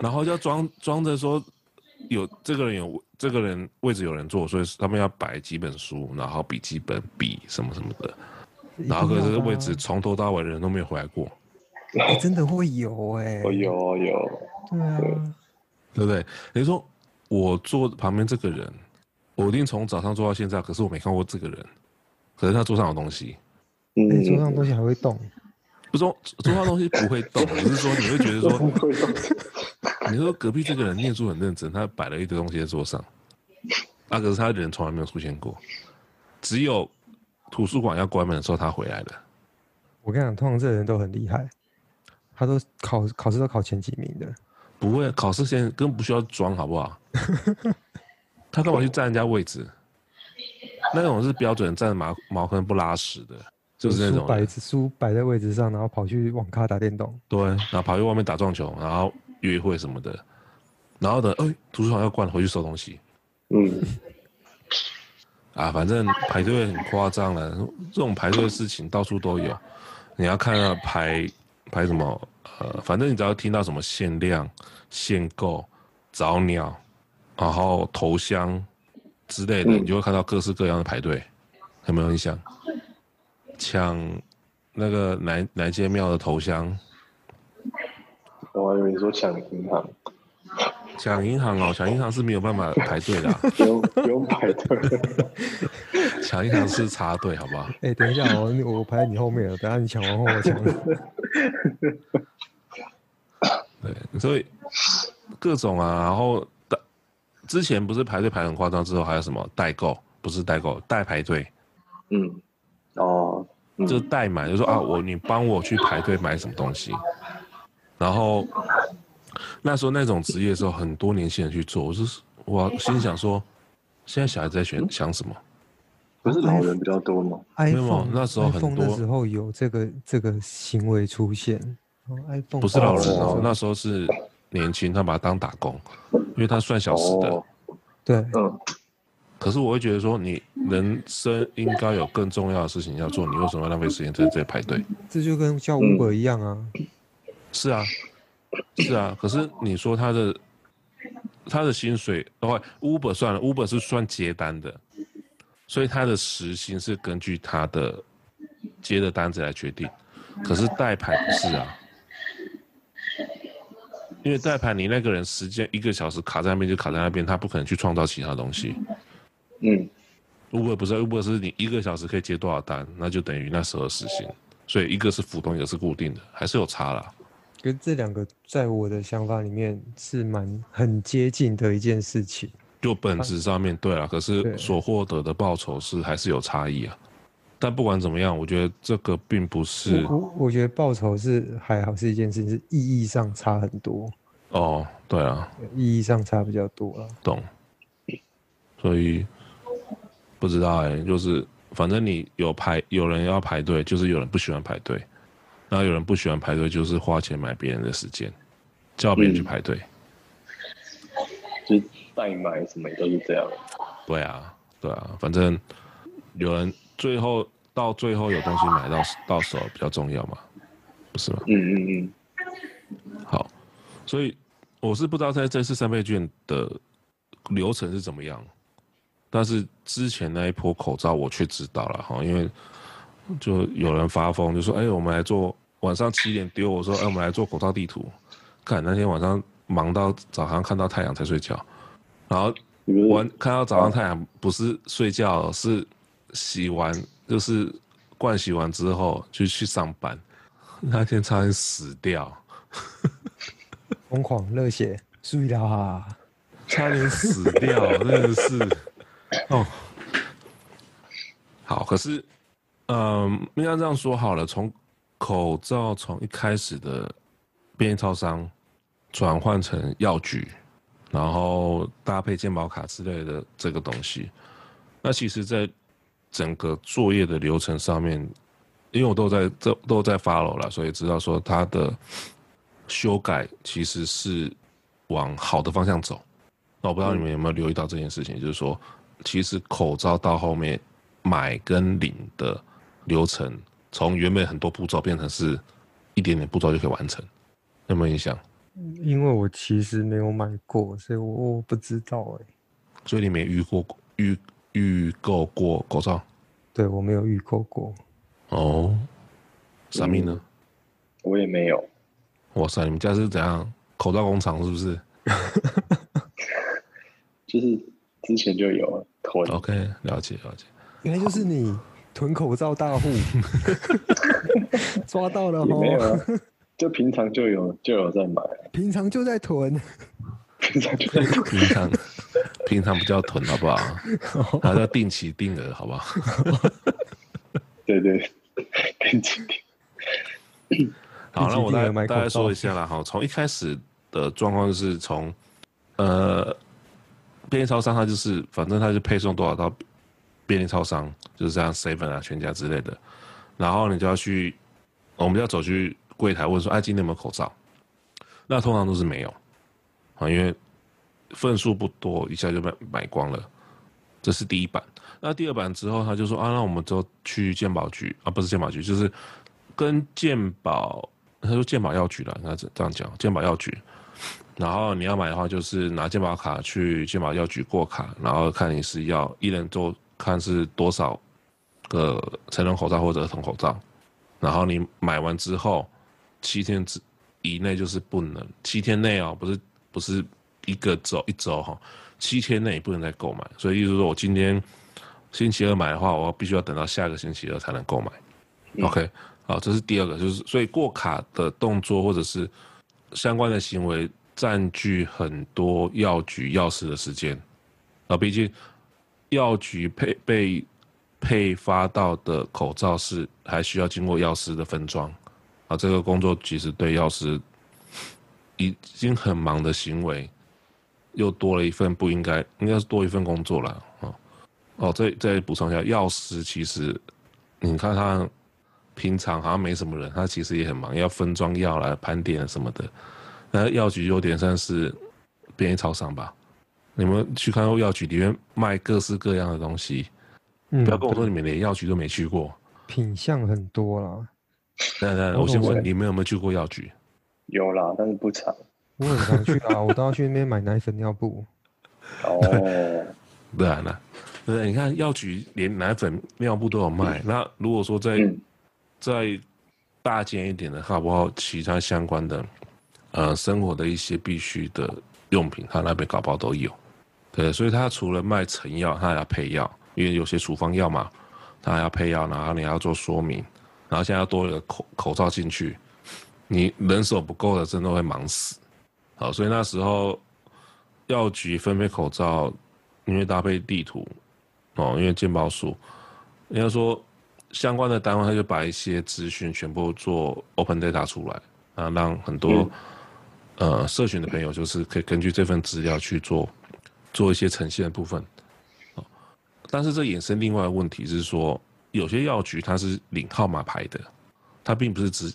Speaker 1: 然后就要装装着说有这个人有这个人位置有人坐，所以他们要摆几本书，然后笔记本笔什么什么的，然后可是位置从头到尾人都没有回来过。
Speaker 2: 一定要啊、哎真的会有哎、
Speaker 3: 哦有哦有，
Speaker 2: 对啊，
Speaker 1: 对不对？你说我坐旁边这个人，我一定从早上坐到现在，可是我没看过这个人，可是他桌上有东西，
Speaker 2: 哎、桌上
Speaker 3: 嗯，
Speaker 2: 东西还会动，
Speaker 1: 不是说桌上东西不会动，只是说你会觉得
Speaker 3: 都不
Speaker 1: 说，
Speaker 3: (laughs) 会动，
Speaker 1: 你说隔壁这个人念书很认真，他摆了一堆东西在桌上，啊，可是他人从来没有出现过，只有图书馆要关门的时候他回来了。
Speaker 2: 我跟你讲，通常这人都很厉害，他都考考试都考前几名的。
Speaker 1: 不会，考试前根本不需要装，好不好？ (laughs) 他干嘛去占人家位置？那种是标准占茅茅坑不拉屎的，就是那
Speaker 2: 书
Speaker 1: 种人
Speaker 2: 摆书摆在位置上，然后跑去网咖打电动。
Speaker 1: 对，然后跑去外面打撞球，然后约会什么的，然后等哎、图书馆要关了，回去收东西
Speaker 3: 嗯，
Speaker 1: 啊，反正排队很夸张了，这种排队的事情到处都有，你要看到排排什么呃，反正你只要听到什么限量、限购、早鸟，然后头香之类的，
Speaker 3: 嗯
Speaker 1: 你就会看到各式各样的排队，有没有印象？抢那个南南街庙的头香。
Speaker 3: 我还以为你说抢银行，
Speaker 1: 抢银行哦，抢银行是没有办法排队的啊、
Speaker 3: 不用不用排队，
Speaker 1: 抢银行是插队，好不好？
Speaker 2: 哎、等一下哦，我我排在你后面了，等一下你抢完后我抢了。
Speaker 1: (laughs) 对，所以各种啊，然后代之前不是排队排很夸张，之后还有什么代购，不是代购，代排队，
Speaker 3: 嗯，哦，嗯
Speaker 1: 就是代买，就说啊，我你帮我去排队买什么东西，然后那时候那种职业的时候，很多年轻人去做，我就是我心想说，现在小孩子在选想什么？
Speaker 3: 不是老人比较多吗？
Speaker 1: 有
Speaker 2: iPhone
Speaker 1: 那时候很
Speaker 2: iPhone 的
Speaker 1: 多
Speaker 2: 时候有这个这个行为出现。哦 iPhone
Speaker 1: 不是老人
Speaker 3: 哦
Speaker 1: 哦，那时候是哎年轻，他把它当打工，因为他算小时的。
Speaker 3: 哦，
Speaker 2: 对，
Speaker 3: 嗯，
Speaker 1: 可是我会觉得说，你人生应该有更重要的事情要做，你为什么要浪费时间在这里排队？
Speaker 2: 这就跟
Speaker 3: 嗯
Speaker 2: 叫 Uber 一样啊。
Speaker 1: 是啊，是啊。可是你说他的他的薪水，哦，Uber 算了，Uber 是算接单的，所以他的时薪是根据他的接的单子来决定。可是代排不是啊，因为代排你那个人时间一个小时卡在那边就卡在那边，他不可能去创造其他东西。
Speaker 3: 嗯，
Speaker 1: Uber 不是 Uber 是你一个小时可以接多少单，那就等于那时候时薪，所以一个是浮动，一个是固定的，还是有差啦。
Speaker 2: 可是这两个在我的想法里面是蛮很接近的一件事情。
Speaker 1: 就本质上面对啦，可是
Speaker 2: 对
Speaker 1: 所获得的报酬是还是有差异啊。但不管怎么样，我觉得这个并不是
Speaker 2: 我我觉得报酬是还好是一件事情，是意义上差很多，
Speaker 1: 哦，对啊，
Speaker 2: 意义上差比较多了。
Speaker 1: 懂。所以不知道哎、就是反正你有排，有人要排队，就是有人不喜欢排队，然后有人不喜欢排队，就是花钱买别人的时间，叫别人去
Speaker 3: 嗯
Speaker 1: 排队。
Speaker 3: 就是代买什么也都是这样。
Speaker 1: 对啊，对啊，反正有人最后到最后有东西买到到手比较重要嘛，不是吗？
Speaker 3: 嗯嗯嗯，
Speaker 1: 好，所以我是不知道在这次三倍券的流程是怎么样，但是之前那一波口罩我却知道了哈，因为就有人发疯就说：“哎、我们来做晚上七点丢。”我说：“哎、我们来做口罩地图。”看那天晚上忙到早上看到太阳才睡觉，然后
Speaker 3: 你不是
Speaker 1: 我看到早上太阳不是睡觉，是洗完就是盥洗完之后就去上班，那天差点死掉，
Speaker 2: 疯狂热血，睡啦哈！
Speaker 1: 差点死掉，真的是哦。好，可是嗯，应该这样说好了，从口罩从一开始的便利超商转换成药局，然后搭配健保卡之类的这个东西。那其实，在整个作业的流程上面，因为我都在这都在 follow 了，所以知道说它的修改其实是往好的方向走。那我不知道你们有没有留意到这件事情，就是说，其实口罩到后面买跟领的流程，从原本很多步骤变成是一点点步骤就可以完成，有没有印象？
Speaker 2: 因为我其实没有买过，所以我我不知道哎、
Speaker 1: 所以你没遇过预预购过口罩
Speaker 2: 对我没有预购过。
Speaker 1: 哦？啥命呢？
Speaker 3: 我也没有，
Speaker 1: 哇塞，你们家是怎样口罩工厂是不是
Speaker 3: 就是之前就有了囤，
Speaker 1: ？OK，了解了解。
Speaker 2: 原来就是你囤口罩大户， (laughs) 抓到了
Speaker 3: 也没有
Speaker 2: 哦！
Speaker 3: 啊，就平常就有就有在买，啊
Speaker 2: 平常就在囤，
Speaker 3: (laughs) 平
Speaker 1: (laughs)
Speaker 3: 常就在买
Speaker 1: 平常平常比较囤好不好？还是要定期定额好不好？
Speaker 3: 对对，跟今天
Speaker 1: 好，那我
Speaker 2: 定
Speaker 1: 大
Speaker 2: 期定额啊买
Speaker 1: 概
Speaker 2: 口
Speaker 1: 大概说
Speaker 2: 罩
Speaker 1: 一下啦。哈，从一开始的状况就是从呃便利超商，它就是反正它就配送多少到便利超商，就是像 Seven 啊、全家之类的。然后你就要去，我们就要走去柜台问说：“哎、今天有没有口罩？”那通常都是没有啊，因为份数不多，一下就买买光了。这是第一版。那第二版之后，他就说啊，那我们就去鉴宝局啊，不是鉴宝局，就是跟鉴宝，他说鉴宝药局了，应该是这样讲，鉴宝药局。然后你要买的话，就是拿鉴宝卡去鉴宝药局过卡，然后看你是要一人做看是多少个成人口罩或者儿童口罩，然后你买完之后，七天之以内就是不能，七天内哦，不是不是一个周一周哈、七天内不能再购买，所以意思说我今天星期二买的话，我必须要等到下个星期二才能购买。OK，好，这是第二个，就是所以过卡的动作或者是相关的行为占据很多药局药师的时间啊，毕竟药局配被配发到的口罩是还需要经过药师的分装啊，这个工作其实对药师已经很忙的行为，又多了一份不应该，应该是多一份工作了哦。哦，再再补充一下，药师其实你看他平常好像没什么人，他其实也很忙，要分装药啊啦、盘点什么的。那药局有点算是便宜超商吧，你们去看过药局里面卖各式各样的东西，
Speaker 2: 嗯
Speaker 1: 不要跟我说你们连药局都没去过。
Speaker 2: 品相很多啦，
Speaker 1: 那那
Speaker 2: 我
Speaker 1: 我先
Speaker 2: 懂
Speaker 1: 问
Speaker 2: 了
Speaker 1: 你们有没有去过药局？
Speaker 3: 有啦，但是不长。
Speaker 2: 我很常去啊，我都要去那边买奶粉尿布。
Speaker 1: (laughs)
Speaker 3: 哦，
Speaker 1: 对啊，那对，你看药局连奶粉、尿布都有卖。那如果说在
Speaker 3: 嗯
Speaker 1: 再大件一点的，好不好？其他相关的，呃，生活的一些必须的用品，他那边搞不好都有。对，所以他除了卖成药，他还要配药，因为有些处方药嘛，他还要配药，然后你还要做说明，然后现在要多一个口口罩进去，你人手不够的，真的会忙死。好，所以那时候药局分配口罩，因为搭配地图，哦，因为健保署，应该说相关的单位他就把一些资讯全部做 open data 出来，啊，让很多、呃社群的朋友就是可以根据这份资料去做做一些呈现的部分。哦但是这衍生另外的问题是说，有些药局它是领号码牌的，它并不是只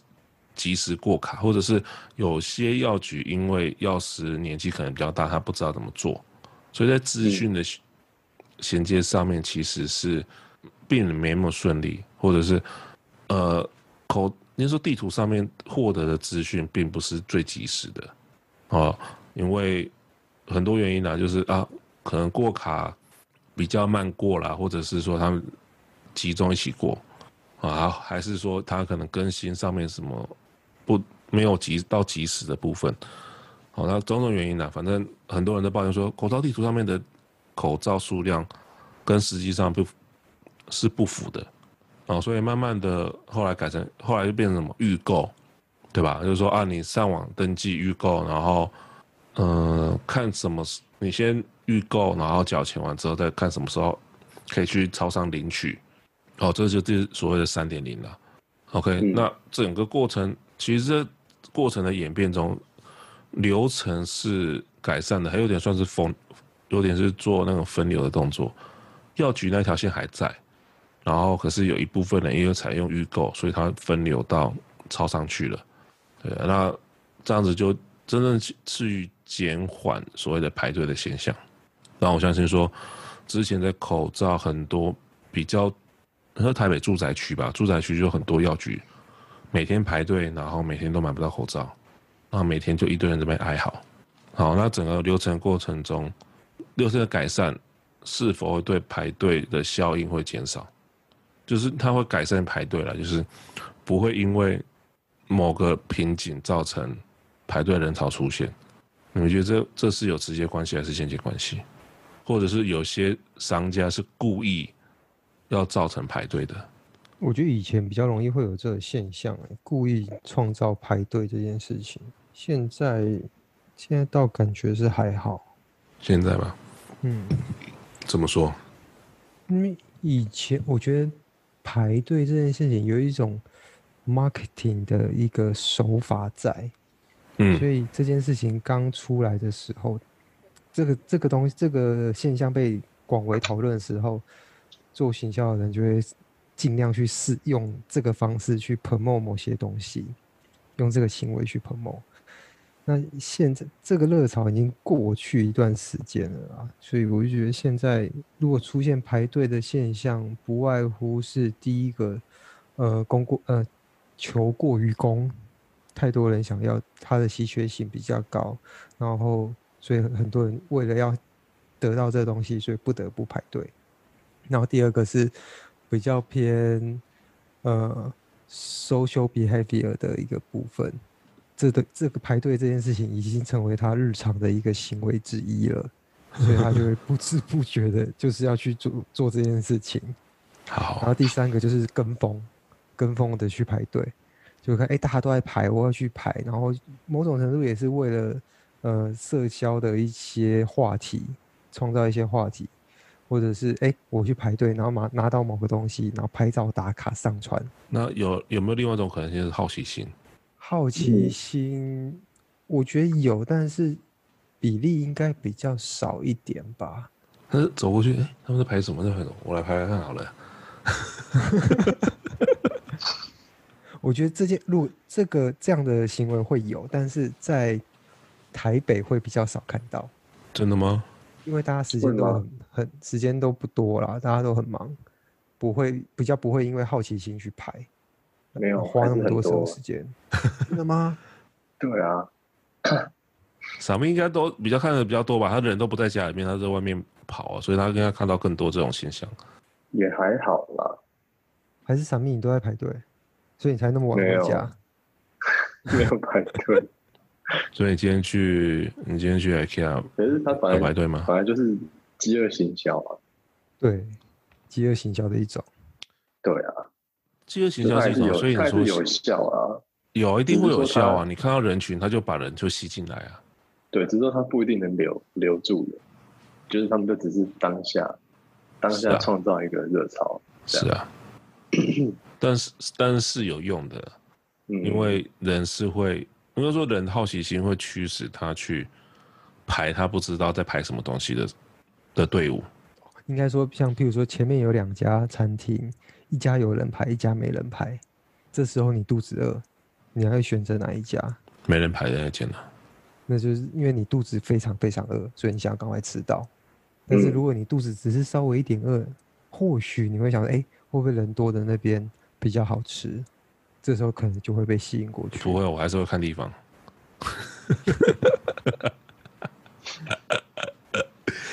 Speaker 1: 及时过卡，或者是有些药局因为药师年纪可能比较大，他不知道怎么做，所以在资讯的衔接上面其实是并没那么顺利，或者是呃口，您说地图上面获得的资讯并不是最及时的哦，因为很多原因呢、就是啊，可能过卡比较慢过啦，或者是说他们集中一起过啊，还是说他可能更新上面什么不没有及到及时的部分。好、那种种原因呢、反正很多人都抱怨说，口罩地图上面的口罩数量跟实际上不是不符的啊，所以慢慢的后来改成后来就变成什么预购，对吧？就是说啊，你上网登记预购，然后嗯、呃看什么时你先预购，然后缴钱完之后再看什么时候可以去超商领取。哦，这就是所谓的三点零了。OK，、
Speaker 3: 嗯
Speaker 1: 那整个过程其实这过程的演变中，流程是改善的，还有点算是分，有点是做那种分流的动作。药局那条线还在，然后可是有一部分人因为采用预购，所以它分流到超商去了。对，那这样子就真正去去减缓所谓的排队的现象。那我相信说，之前的口罩很多比较，和台北住宅区吧，住宅区就很多药局，每天排队，然后每天都买不到口罩，那每天就一堆人这边哀嚎。好，那整个流程过程中，流程的改善是否会对排队的效应会减少？就是它会改善排队了，就是不会因为某个瓶颈造成排队人潮出现。你们觉得这这是有直接关系还是间接关系？或者是有些商家是故意要造成排队的？
Speaker 2: 我觉得以前比较容易会有这个现象、欸，故意创造排队这件事情。现在现在倒感觉是还好，
Speaker 1: 现在吧，
Speaker 2: 嗯，
Speaker 1: 怎么说？
Speaker 2: 因为以前我觉得排队这件事情有一种 marketing 的一个手法在，所
Speaker 1: 嗯
Speaker 2: 以这件事情刚出来的时候，这个这个东西这个现象被广为讨论的时候，做行销的人就会尽量去试用这个方式去 promote 某些东西，用这个行为去 promote。那现在这个热潮已经过去一段时间了啊，所以我就觉得现在如果出现排队的现象，不外乎是第一个，呃，供过呃求过于供，太多人想要，它的稀缺性比较高，然后所以很多人为了要得到这东西，所以不得不排队。然后第二个是比较偏呃 social behavior 的一个部分，这的这个排队这件事情已经成为他日常的一个行为之一了，所以他就会不知不觉的就是要去做做这件事情。然
Speaker 1: 好
Speaker 2: 后，第三个就是跟风，跟风的去排队，就看哎、诶大家都在排，我要去排，然后某种程度也是为了呃社交的一些话题，创造一些话题，或者是哎、诶我去排队，然后拿拿到某个东西，然后拍照打卡上传，
Speaker 1: 那有有没有另外一种可能性是好奇心？
Speaker 2: 好奇心我觉得有，但是比例应该比较少一点吧。
Speaker 1: 但是走过去，哎，他们在排什么？在排什么？我来排排看好了。
Speaker 2: 我觉得这件如果这个这样的行为会有，但是在台北会比较少看到。
Speaker 1: 真的吗？
Speaker 2: 因为大家时间都
Speaker 3: 会吗
Speaker 2: 很很时间都不多啦，大家都很忙，不会比较不会因为好奇心去排，
Speaker 3: 没有
Speaker 2: 花
Speaker 3: 还
Speaker 2: 那
Speaker 3: 是
Speaker 2: 么
Speaker 3: 很
Speaker 2: 多长
Speaker 3: 多
Speaker 2: 时间，真的吗？
Speaker 3: 对啊，
Speaker 1: 傻妹应该都比较看的比较多吧，他人都不在家里面，他在外面跑、啊，所以他应该看到更多这种现象。
Speaker 3: 也还好啦。
Speaker 2: 还是傻咪你都在排队，所以你才那么晚
Speaker 3: 没
Speaker 2: 回
Speaker 3: 有
Speaker 2: 家？
Speaker 3: 没有排
Speaker 1: (laughs)
Speaker 3: 队，
Speaker 1: 所以你今天去，你今天去 IKEA
Speaker 3: 可是他
Speaker 1: 要
Speaker 3: 反
Speaker 1: 排
Speaker 3: 正
Speaker 1: 队吗？
Speaker 3: 反正就是饥饿行销啊，
Speaker 2: 对，饥饿行销的一种。
Speaker 3: 对啊，
Speaker 1: 饥饿行
Speaker 3: 就
Speaker 1: 销
Speaker 3: 它
Speaker 1: 是
Speaker 3: 还
Speaker 1: 一
Speaker 3: 是
Speaker 1: 种，
Speaker 3: 有，
Speaker 1: 所以
Speaker 3: 它
Speaker 1: 你
Speaker 3: 还
Speaker 1: 说
Speaker 3: 是有效啊。
Speaker 1: 有一定会有效
Speaker 3: 只是说
Speaker 1: 啊！
Speaker 3: 他
Speaker 1: 你看到人群，他就把人就吸进来啊。
Speaker 3: 对，只是说它不一定能留留住的，就是他们就只是当下当
Speaker 1: 是
Speaker 3: 下
Speaker 1: 啊
Speaker 3: 创造一个热潮，
Speaker 1: 是啊，但是但是有用的，
Speaker 3: 嗯，
Speaker 1: 因为人是会，应该说人好奇心会驱使他去排他不知道在排什么东西的的队伍。
Speaker 2: 应该说，像譬如说前面有两家餐厅，一家有人排，一家没人排，这时候你肚子饿，你还会选择哪一家？
Speaker 1: 没人排的那间呢、啊，
Speaker 2: 那就是因为你肚子非常非常饿，所以你想要赶快吃到。但是
Speaker 3: 嗯
Speaker 2: 如果你肚子只是稍微一点饿，或许你会想，哎、会不会人多的那边比较好吃？这时候可能就会被吸引过去。
Speaker 1: 不会，我还是会看地方。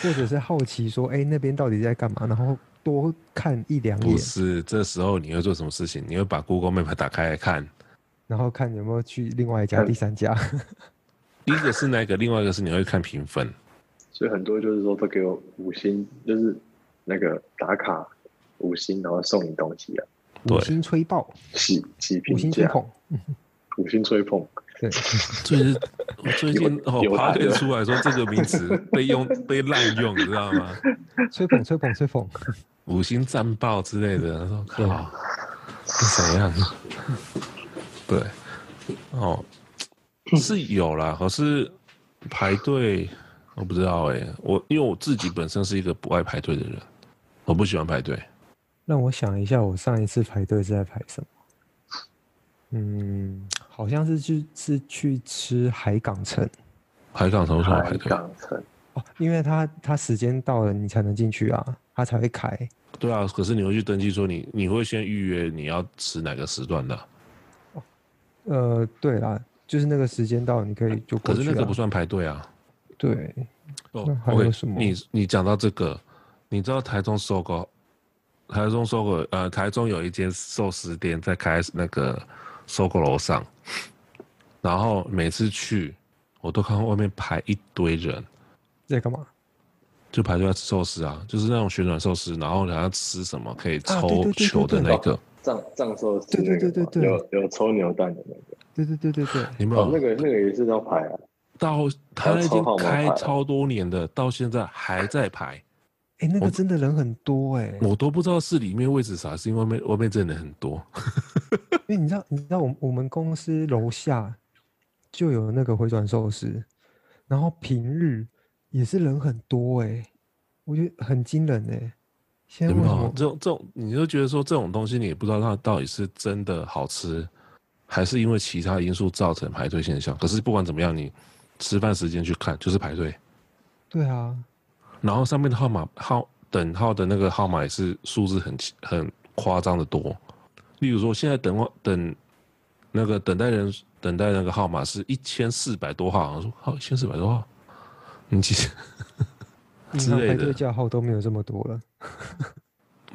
Speaker 2: 或者是好奇说，哎、那边到底在干嘛？然后多看一两
Speaker 1: 不
Speaker 2: 眼，
Speaker 1: 是，这时候你会做什么事情？你会把 Google Map 打开来看。
Speaker 2: 然后看有没有去另外一家、
Speaker 3: 嗯
Speaker 2: 第三家。
Speaker 1: 第一个是那个，另外一个是你会看评分。
Speaker 3: 所以很多就是说都给我五星，就是那个打卡五星，然后送你东西啊，
Speaker 1: 对
Speaker 2: 五星吹爆，
Speaker 3: 起起评
Speaker 2: 五星吹
Speaker 3: 价，
Speaker 2: 捧，
Speaker 3: 五星吹捧，
Speaker 2: 对，
Speaker 1: 最近最近哦
Speaker 3: 有，
Speaker 1: 爬
Speaker 3: 他
Speaker 1: 队
Speaker 3: 的
Speaker 1: 出来说这个名词被用被滥用，你知道吗？
Speaker 2: 吹捧吹捧吹捧，
Speaker 1: 五星战报之类 (laughs) 的。他说靠，是怎样？ (laughs) 对，哦，是有啦，可是排队我不知道哎、我因为我自己本身是一个不爱排队的人，我不喜欢排队。
Speaker 2: 让我想一下，我上一次排队是在排什么？嗯，好像是去是去吃海港城
Speaker 1: 海港什么时候排
Speaker 3: 海
Speaker 1: 队？
Speaker 3: 啊港城，
Speaker 2: 哦，因为它它时间到了你才能进去啊，它才会开。
Speaker 1: 对啊，可是你会去登记说你你会先预约你要吃哪个时段的啊、
Speaker 2: 呃，对啦，就是那个时间到，你可以就
Speaker 1: 可
Speaker 2: 过去、
Speaker 1: 是
Speaker 2: 啊。
Speaker 1: 那个不算排队啊。
Speaker 2: 对，
Speaker 1: 哦
Speaker 2: 那还有什么
Speaker 1: 你你讲到这个，你知道台中搜狗，台中搜狗，呃，台中有一间寿司店在开那个搜狗楼上，然后每次去我都看到外面排一堆人，
Speaker 2: 在干嘛？
Speaker 1: 就排队要吃寿司啊，就是那种旋转寿司，然后然后吃什么可以
Speaker 2: 啊对对
Speaker 1: 抽
Speaker 2: 对对
Speaker 1: 球的
Speaker 2: 对
Speaker 1: 那个，
Speaker 3: 藏藏寿司
Speaker 2: 对对
Speaker 3: 那个
Speaker 2: 对
Speaker 3: 嘛
Speaker 2: 对对
Speaker 3: 有有抽牛蛋的那个，
Speaker 2: 对对对对对，
Speaker 1: 你们
Speaker 3: 哦，那个那个也是要排啊，
Speaker 1: 到他那
Speaker 3: 还有抽号
Speaker 1: 间
Speaker 3: 码
Speaker 1: 开
Speaker 3: 牌
Speaker 1: 超多年的，到现在还在排，
Speaker 2: 哎，那
Speaker 1: 我
Speaker 2: 个真的人很多哎、
Speaker 1: 我都不知道是里面位置啥，是因为外面外面真的很多。
Speaker 2: 因为你知道，你知道我们我们公司楼下就有那个回转寿司，然后平日也是人很多哎、我觉得很惊人哎、现在
Speaker 1: 有
Speaker 2: 为
Speaker 1: 没
Speaker 2: 什
Speaker 1: 有
Speaker 2: 么
Speaker 1: 这种这种，你就觉得说这种东西，你也不知道它到底是真的好吃，还是因为其他因素造成排队现象。可是不管怎么样，你吃饭时间去看就是排队，
Speaker 2: 对啊，
Speaker 1: 然后上面的号码号等号的那个号码也是数字很奇很夸张的多。例如说，现在等我等那个等待人等待那个号码是一千四百多号，我说哦好一千四百多号，你其实
Speaker 2: 银
Speaker 1: 之
Speaker 2: 行
Speaker 1: 类
Speaker 2: 排
Speaker 1: 的
Speaker 2: 队叫号都没有这么多了。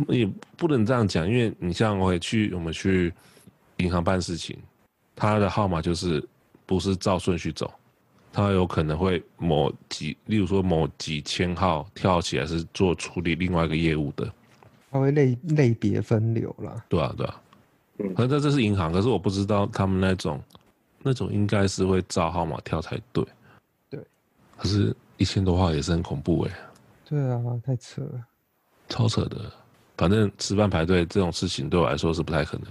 Speaker 1: 也不能这样讲，因为你像我也去我们去银行办事情，他的号码就是不是照顺序走，他有可能会某几，例如说某几千号跳起来是做处理另外一个业务的，
Speaker 2: 它会类类别分流啦，
Speaker 1: 对啊对啊。
Speaker 3: 嗯
Speaker 1: 可是这是银行，可是我不知道他们那种那种应该是会照号码跳才对。
Speaker 2: 对。
Speaker 1: 可是，一千多号也是很恐怖哎、
Speaker 2: 对啊，太扯了。
Speaker 1: 超扯的。反正吃饭排队这种事情对我来说是不太可能，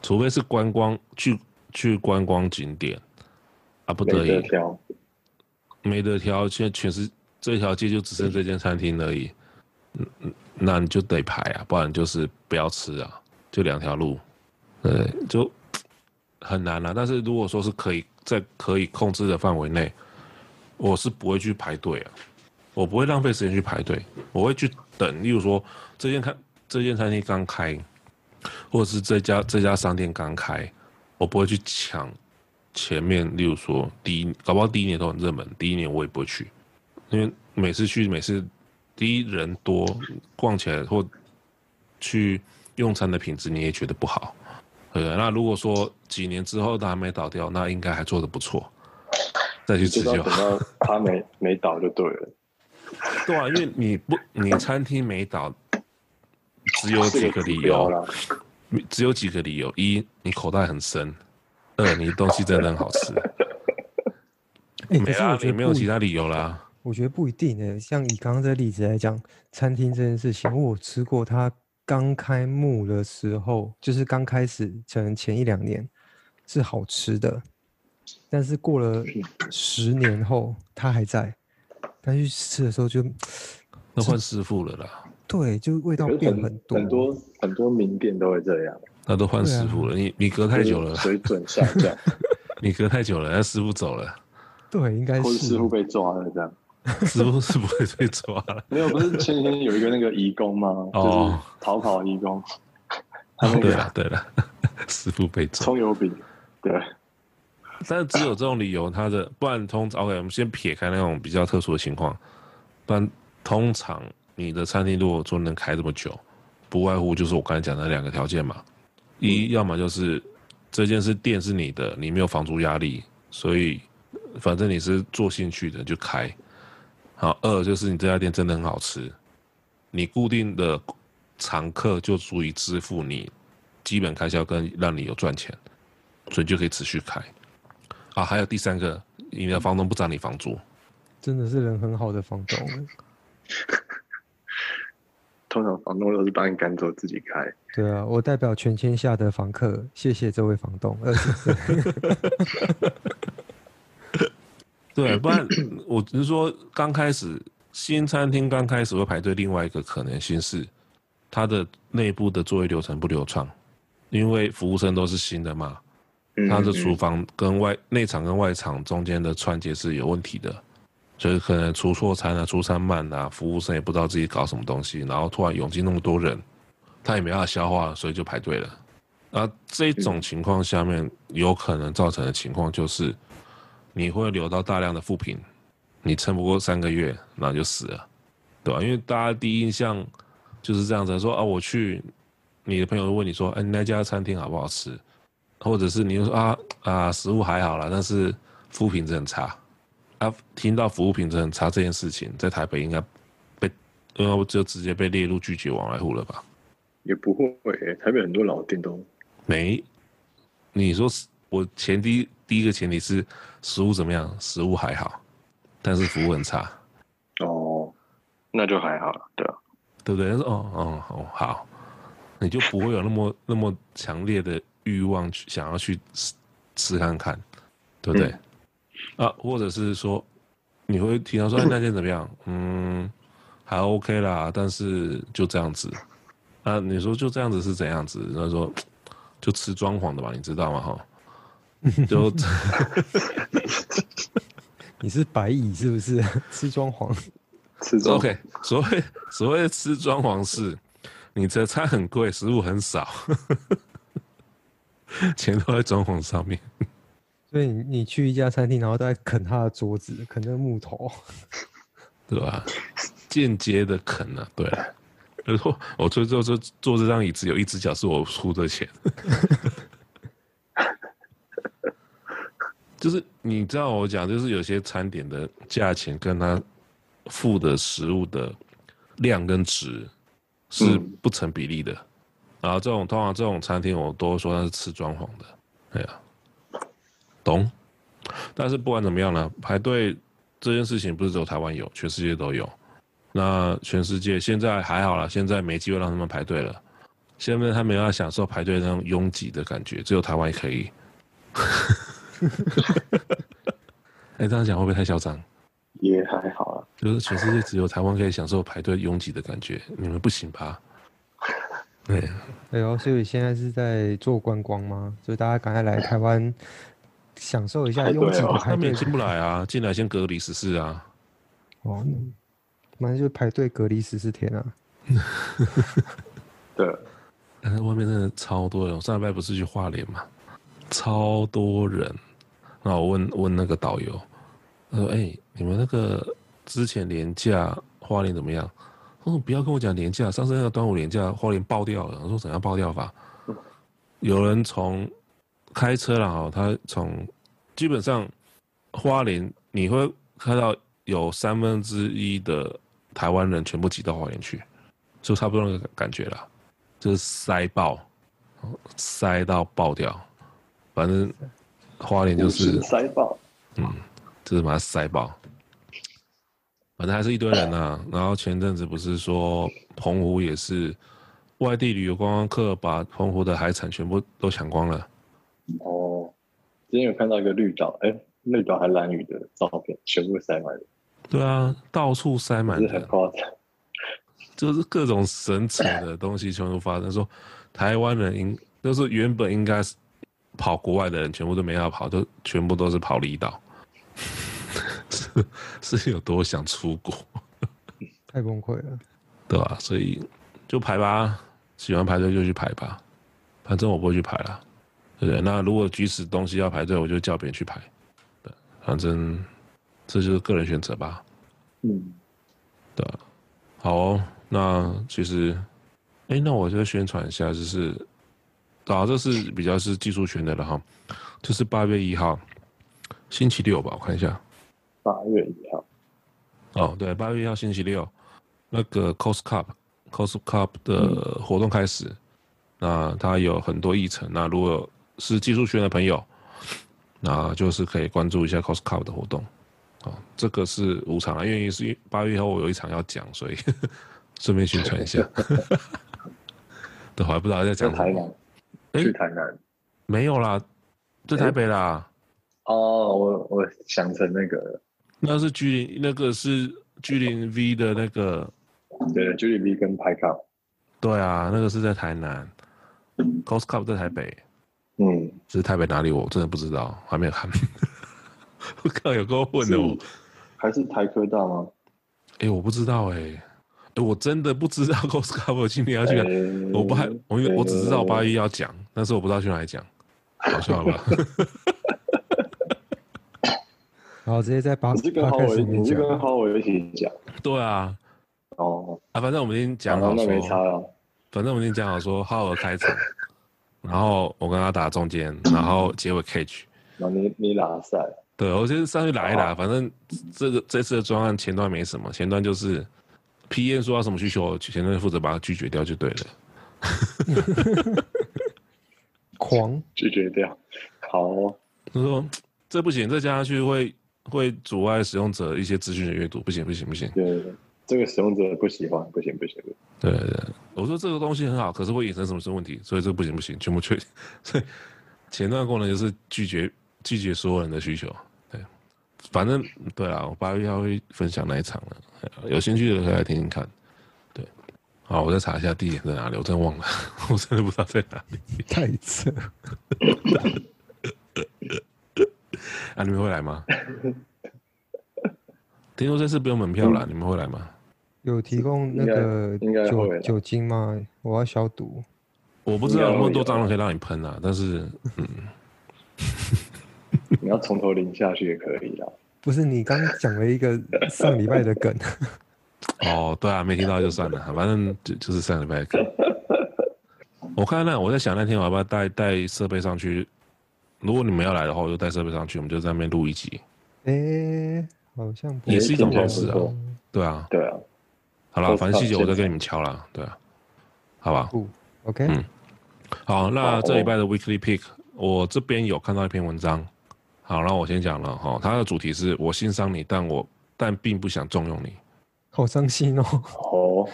Speaker 1: 除非是观光去去观光景点啊，不
Speaker 3: 没
Speaker 1: 得
Speaker 3: 得
Speaker 1: 已
Speaker 3: 挑，
Speaker 1: 没得挑，现在全是这条街就只剩这间餐厅而已，嗯嗯，那你就得排啊，不然就是不要吃啊，就两条路，对，就很难啊。但是如果说是可以在可以控制的范围内，我是不会去排队啊。我不会浪费时间去排队，我会去等。例如说，这间餐这间餐厅刚开，或者是这家这家商店刚开，我不会去抢前面。例如说，第一，搞不好第一年都很热门，第一年我也不会去，因为每次去每次第一人多，逛起来或去用餐的品质你也觉得不好。对不对，那如果说几年之后它还没倒掉，那应该还做的不错，再去
Speaker 3: 就
Speaker 1: 吃
Speaker 3: 是要
Speaker 1: 就
Speaker 3: 等
Speaker 1: 好。
Speaker 3: 到他没 (laughs) 没倒就对了。
Speaker 1: 对啊，因为你不，你餐厅没倒，只有
Speaker 3: 这
Speaker 1: 几个理
Speaker 3: 指
Speaker 1: 由，
Speaker 3: 标啦，
Speaker 1: 只有几个理由：一，你口袋很深；二，你东西真的很好
Speaker 2: (laughs)
Speaker 1: 吃。
Speaker 2: 哎、
Speaker 1: 没
Speaker 2: 可是我
Speaker 1: 啦，
Speaker 2: 觉
Speaker 1: 你
Speaker 2: 得
Speaker 1: 没有
Speaker 2: 不
Speaker 1: 其他理由啦。
Speaker 2: 我觉得不一定诶、像以刚刚这例子来讲，餐厅这件事情，我有吃过它刚开幕的时候，就是刚开始可能前一两年是好吃的，但是过了十年后它还在，但去吃的时候就
Speaker 1: 那换师傅了啦，
Speaker 2: 对，就味道
Speaker 3: 可是
Speaker 2: 变
Speaker 3: 很
Speaker 2: 多。
Speaker 3: 很多很多名店都会这样，
Speaker 1: 那都
Speaker 2: 啊
Speaker 1: 换师傅了。你你隔太久了
Speaker 3: 就是
Speaker 1: 啦，
Speaker 3: 水准下
Speaker 2: (laughs)
Speaker 3: 降，
Speaker 1: 你隔太久了，那师傅走了，
Speaker 2: 对，应该
Speaker 3: 或者
Speaker 2: 是
Speaker 3: 师傅被抓了这样。
Speaker 1: 师傅是不会被抓了。
Speaker 3: 没有，不是前几天有一个那个义工吗？就
Speaker 1: 哦
Speaker 3: 是逃跑义工， (laughs) 他那
Speaker 1: 对啊
Speaker 3: 个
Speaker 1: 了对了， (laughs) 师傅被抓。
Speaker 3: 葱油饼，对，
Speaker 1: 但是只有这种理由，它的不然通常 OK，我们先撇开那种比较特殊的情况，不然通常你的餐厅如果说能开这么久，不外乎就是我刚才讲的两个条件嘛，一要么就是这件事店是你的，你没有房租压力，所以反正你是做兴趣的就开。好，二就是你这家店真的很好吃，你固定的常客就足以支付你基本开销跟让你有赚钱，所以就可以持续开。啊，还有第三个，你的房东不涨你房租，
Speaker 2: 真的是人很好的房东欸，
Speaker 3: 通常房东都是把你赶走自己开。
Speaker 2: 对啊，我代表全天下的房客，谢谢这位房东。呃二十岁
Speaker 3: (clears throat)
Speaker 1: 对，不然我只是说刚开始新餐厅刚开始会排队，另外一个可能性是它的内部的作业流程不流畅，因为服务生都是新的嘛，
Speaker 3: 嗯
Speaker 1: 它的厨房跟外内场跟外场中间的串接是有问题的，所以可能出错餐啊、出餐慢啊，服务生也不知道自己搞什么东西，然后突然涌进那么多人，他也没办法消化，所以就排队了。啊，这
Speaker 3: 嗯
Speaker 1: 种情况下面有可能造成的情况就是，你会留到大量的负评，你撑不过三个月，那就死了，对吧、因为大家第一印象就是这样子，说啊，我去，你的朋友会问你说，哎，你那家餐厅好不好吃？或者是你就说啊啊，食物还好啦，但是服务品质很差。啊，听到服务品质很差这件事情，在台北应该被，因为我就直接被列入拒绝往来户了吧？
Speaker 3: 也不会、欸，台北很多老店都
Speaker 1: 没，你说是我前提第一个前提是食物怎么样？食物还好，但是服务很差，
Speaker 3: 哦，那就还好了，对啊，
Speaker 1: 对不对？他说哦哦哦好，你就不会有那么那么强烈的欲望去想要去吃吃看看，对不对？啊，或者是说你会提到说，哎，那天怎么样？嗯，还 OK 啦，但是就这样子。啊，你说就这样子是怎样子？他说就吃装潢的吧，你知道吗？哈，就
Speaker 2: (laughs) 你是白蚁是不是？ (laughs) 吃装潢，
Speaker 3: 吃这种
Speaker 1: OK，所谓 (laughs) 所谓吃装潢是，你的餐很贵，食物很少， (laughs) 钱都在装潢上面。
Speaker 2: 所以你你去一家餐厅，然后都在啃他的桌子，啃那个木头。
Speaker 1: 对吧？间接的啃啊，对啊。然后我最最最坐这张椅子有一只脚是我出的钱， (laughs) 就是你知道我讲，就是有些餐点的价钱跟它付的食物的量跟值是
Speaker 3: 嗯
Speaker 1: 不成比例的。然后这种通常这种餐厅我都会说它是吃装潢的，哎呀、懂？但是不管怎么样呢，排队这件事情不是只有台湾有，全世界都有。那全世界现在还好啦，现在没机会让他们排队了。现在他们要享受排队那种拥挤的感觉，只有台湾可以。 (laughs) 哎、这样讲会不会太嚣张？
Speaker 3: 也还好啦，
Speaker 1: 就是全世界只有台湾可以享受排队拥挤的感觉，你们不行吧？对，
Speaker 2: 哎呦，所以现在是在做观光吗？所以大家赶快来台湾享受一下
Speaker 3: 排
Speaker 2: 拥
Speaker 3: 队
Speaker 2: 挤的
Speaker 3: 哦
Speaker 2: 排
Speaker 1: 他们
Speaker 2: 队
Speaker 1: 也进不来啊，进来先隔离十四啊。
Speaker 2: 哦。反正就排队隔离十四天啊。
Speaker 3: 对，
Speaker 1: 但是外面真的超多人。我上礼拜不是去花莲嘛，超多人。然后我问问那个导游，他说：“哎、你们那个之前廉价花莲怎么样？”他说：“不要跟我讲廉价，上次那个端午廉价花莲爆掉了。”我说：“怎样爆掉法？”有人从开车了哈，他从基本上花莲你会看到有三分之一的台湾人全部挤到花莲去，就差不多那个感觉啦，就是塞爆，哦塞到爆掉，反正花莲就
Speaker 3: 五
Speaker 1: 是
Speaker 3: 星塞爆，
Speaker 1: 就是把它塞爆。反正还是一堆人啊。然后前阵子不是说澎湖也是外地旅游观光客把澎湖的海产全部都抢光了，
Speaker 3: 哦，今天有看到一个绿岛，哎、绿岛还蓝雨的照片，全部塞满了，
Speaker 1: 对啊，到处塞满
Speaker 3: 这很
Speaker 1: 的，
Speaker 3: 夸张。
Speaker 1: 就是各种神扯的东西全部发生。说台湾人应就是原本应该是跑国外的人，全部都没要跑，都全部都是跑离岛， (laughs) 是是有多想出国？
Speaker 2: 太崩溃了，
Speaker 1: 对吧、所以就排吧，喜欢排队就去排吧，反正我不会去排啦，对不对？那如果即使东西要排队，我就叫别人去排，对，反正这就是个人选择吧，
Speaker 3: 嗯，
Speaker 1: 对吧、好哦，那其实，哎，那我就宣传一下，就是，啊，这是比较是技术圈的了哈，就是八月一号，星期六吧，我看一下，
Speaker 3: 八月一号，
Speaker 1: 哦，对，八月一号星期六，那个 Cost Cup Cost Cup 的活动开始，那它有很多议程。那如果是技术圈的朋友，那就是可以关注一下 Cost Cup 的活动。哦，这个是五场啊，因为是八月以后我有一场要讲，所以 (laughs) 顺便宣传
Speaker 3: (laughs)
Speaker 1: 一下。对，我还不知道在
Speaker 3: 在
Speaker 1: 讲什
Speaker 3: 台
Speaker 1: 么。
Speaker 3: 南，
Speaker 1: 哎
Speaker 3: 去台南。
Speaker 1: 没有啦，在台北啦，
Speaker 3: 哦，我我想成那个，
Speaker 1: 那是居林，那个是居林 V 的那个
Speaker 3: 对 j u l i 跟拍卡，
Speaker 1: 对啊，那个是在台南，Cost Cup 在台北，
Speaker 3: 嗯，
Speaker 1: 只是台北哪里我真的不知道，还没有看。 (laughs) 我靠，有够混的我！哦
Speaker 3: 是还是台科大吗？
Speaker 1: 哎、我不知道哎、诶我真的不知道 Cost Cup 我今天要去看。
Speaker 3: 哎
Speaker 1: 我八，我因为我只知道我八
Speaker 3: 哎
Speaker 1: 一要讲，但是我不知道去哪里讲，好笑
Speaker 3: (laughs)
Speaker 1: 吧？
Speaker 2: 然后直接在八
Speaker 3: 你是跟
Speaker 2: 八
Speaker 3: 浩
Speaker 2: 开始
Speaker 3: 伟，
Speaker 2: 里面
Speaker 3: 你是
Speaker 2: 讲，
Speaker 3: 跟浩伟一起讲
Speaker 1: 对啊，
Speaker 3: 哦，
Speaker 1: 啊，反正我们已经讲
Speaker 3: 好
Speaker 1: 好
Speaker 3: 那没差
Speaker 1: 说，
Speaker 3: 了，
Speaker 1: 反正我们已经讲好说，浩尔开场，然后我跟他打中间，然后结尾 catch，
Speaker 3: 然后你你拉塞，
Speaker 1: 对，我先上去打一打，
Speaker 3: 好
Speaker 1: 反正这个这次的专案前端没什么，前端就是 P E N 说要什么需求，我前端负责把它拒绝掉就对了。
Speaker 2: 狂，
Speaker 3: 拒绝掉，好哦，
Speaker 1: 他说这不行，这加下去会会阻碍使用者一些资讯的阅读，不行不行不行。
Speaker 3: 对，这个使用者不喜欢，不行不行，不行
Speaker 1: 对对对，我说这个东西很好，可是会衍生什么什么问题，所以这个不行不行，全部确定。所以前端功能就是拒绝拒绝所有人的需求。对，反正对啊，我八月要会分享那一场了，对啊有兴趣的可以来听听看。对，好，我再查一下地点在哪里，我真的忘了， (laughs) 我真的不知道在哪里。
Speaker 2: 太扯，
Speaker 1: 啊，你们会来 (laughs) 吗？听说这次不用门票啦，你们会来吗？
Speaker 2: 有提供那
Speaker 3: 应该
Speaker 2: 个
Speaker 3: 应该会
Speaker 2: 酒
Speaker 3: 啦
Speaker 2: 酒精吗？我要消毒，
Speaker 1: 我不知道有那么多蟑螂可以让你喷啊，但是
Speaker 3: 你要从头淋下去也可以啦，
Speaker 2: 不是你刚刚讲了一个上礼拜的梗， (laughs)
Speaker 1: 哦，对啊，没听到就算了，反正就就是上礼拜的课。我看那我在想那天我要不要带带设备上去？如果你们要来的话，我就带设备上去，我们就在那边录一集，
Speaker 2: 哎，好像不哦
Speaker 1: 也是一种方
Speaker 3: 方
Speaker 1: 式啊对啊，
Speaker 3: 对啊，
Speaker 1: 好
Speaker 3: 都
Speaker 1: 啦，
Speaker 3: 是
Speaker 1: 反正细节
Speaker 3: 到
Speaker 1: 我
Speaker 3: 现
Speaker 1: 再跟你们敲啦，对啊，好吧，
Speaker 2: 不，OK，
Speaker 1: 嗯好，那
Speaker 3: 好
Speaker 1: 这礼拜的 Weekly Pick，我这边有看到一篇文章，好，那我先讲了哈，它的主题是我欣赏你，但我但并不想重用你。
Speaker 2: 好伤心哦，
Speaker 3: 哦，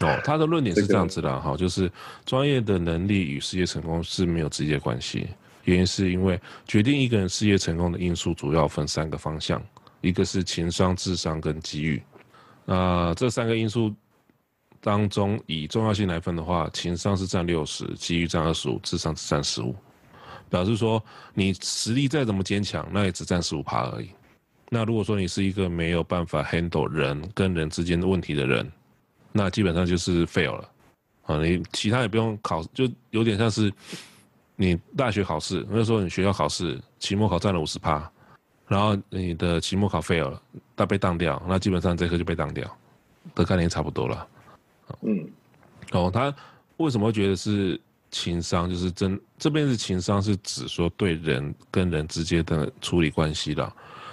Speaker 1: 哦，他的论点是
Speaker 3: 这个
Speaker 1: 这样子的哈，就是专业的能力与事业成功是没有直接关系，原因是因为决定一个人事业成功的因素主要分三个方向，一个是情商、智商跟机遇。那、这三个因素当中，以重要性来分的话，情商是占六十，机遇占二十五，智商只占十五，表示说你实力再怎么坚强，那也只占十五趴而已。那如果说你是一个没有办法 handle 人跟人之间的问题的人，那基本上就是 fail 了啊！你其他也不用考，就有点像是你大学考试那时候，你学校考试期末考占了五十趴，然后你的期末考 fail 了，那被当掉，那基本上这科就被当掉的概念差不多了。啊
Speaker 3: 嗯，
Speaker 1: 哦，他为什么会觉得是情商？就是真这边是情商，是指说对人跟人之间的处理关系啦。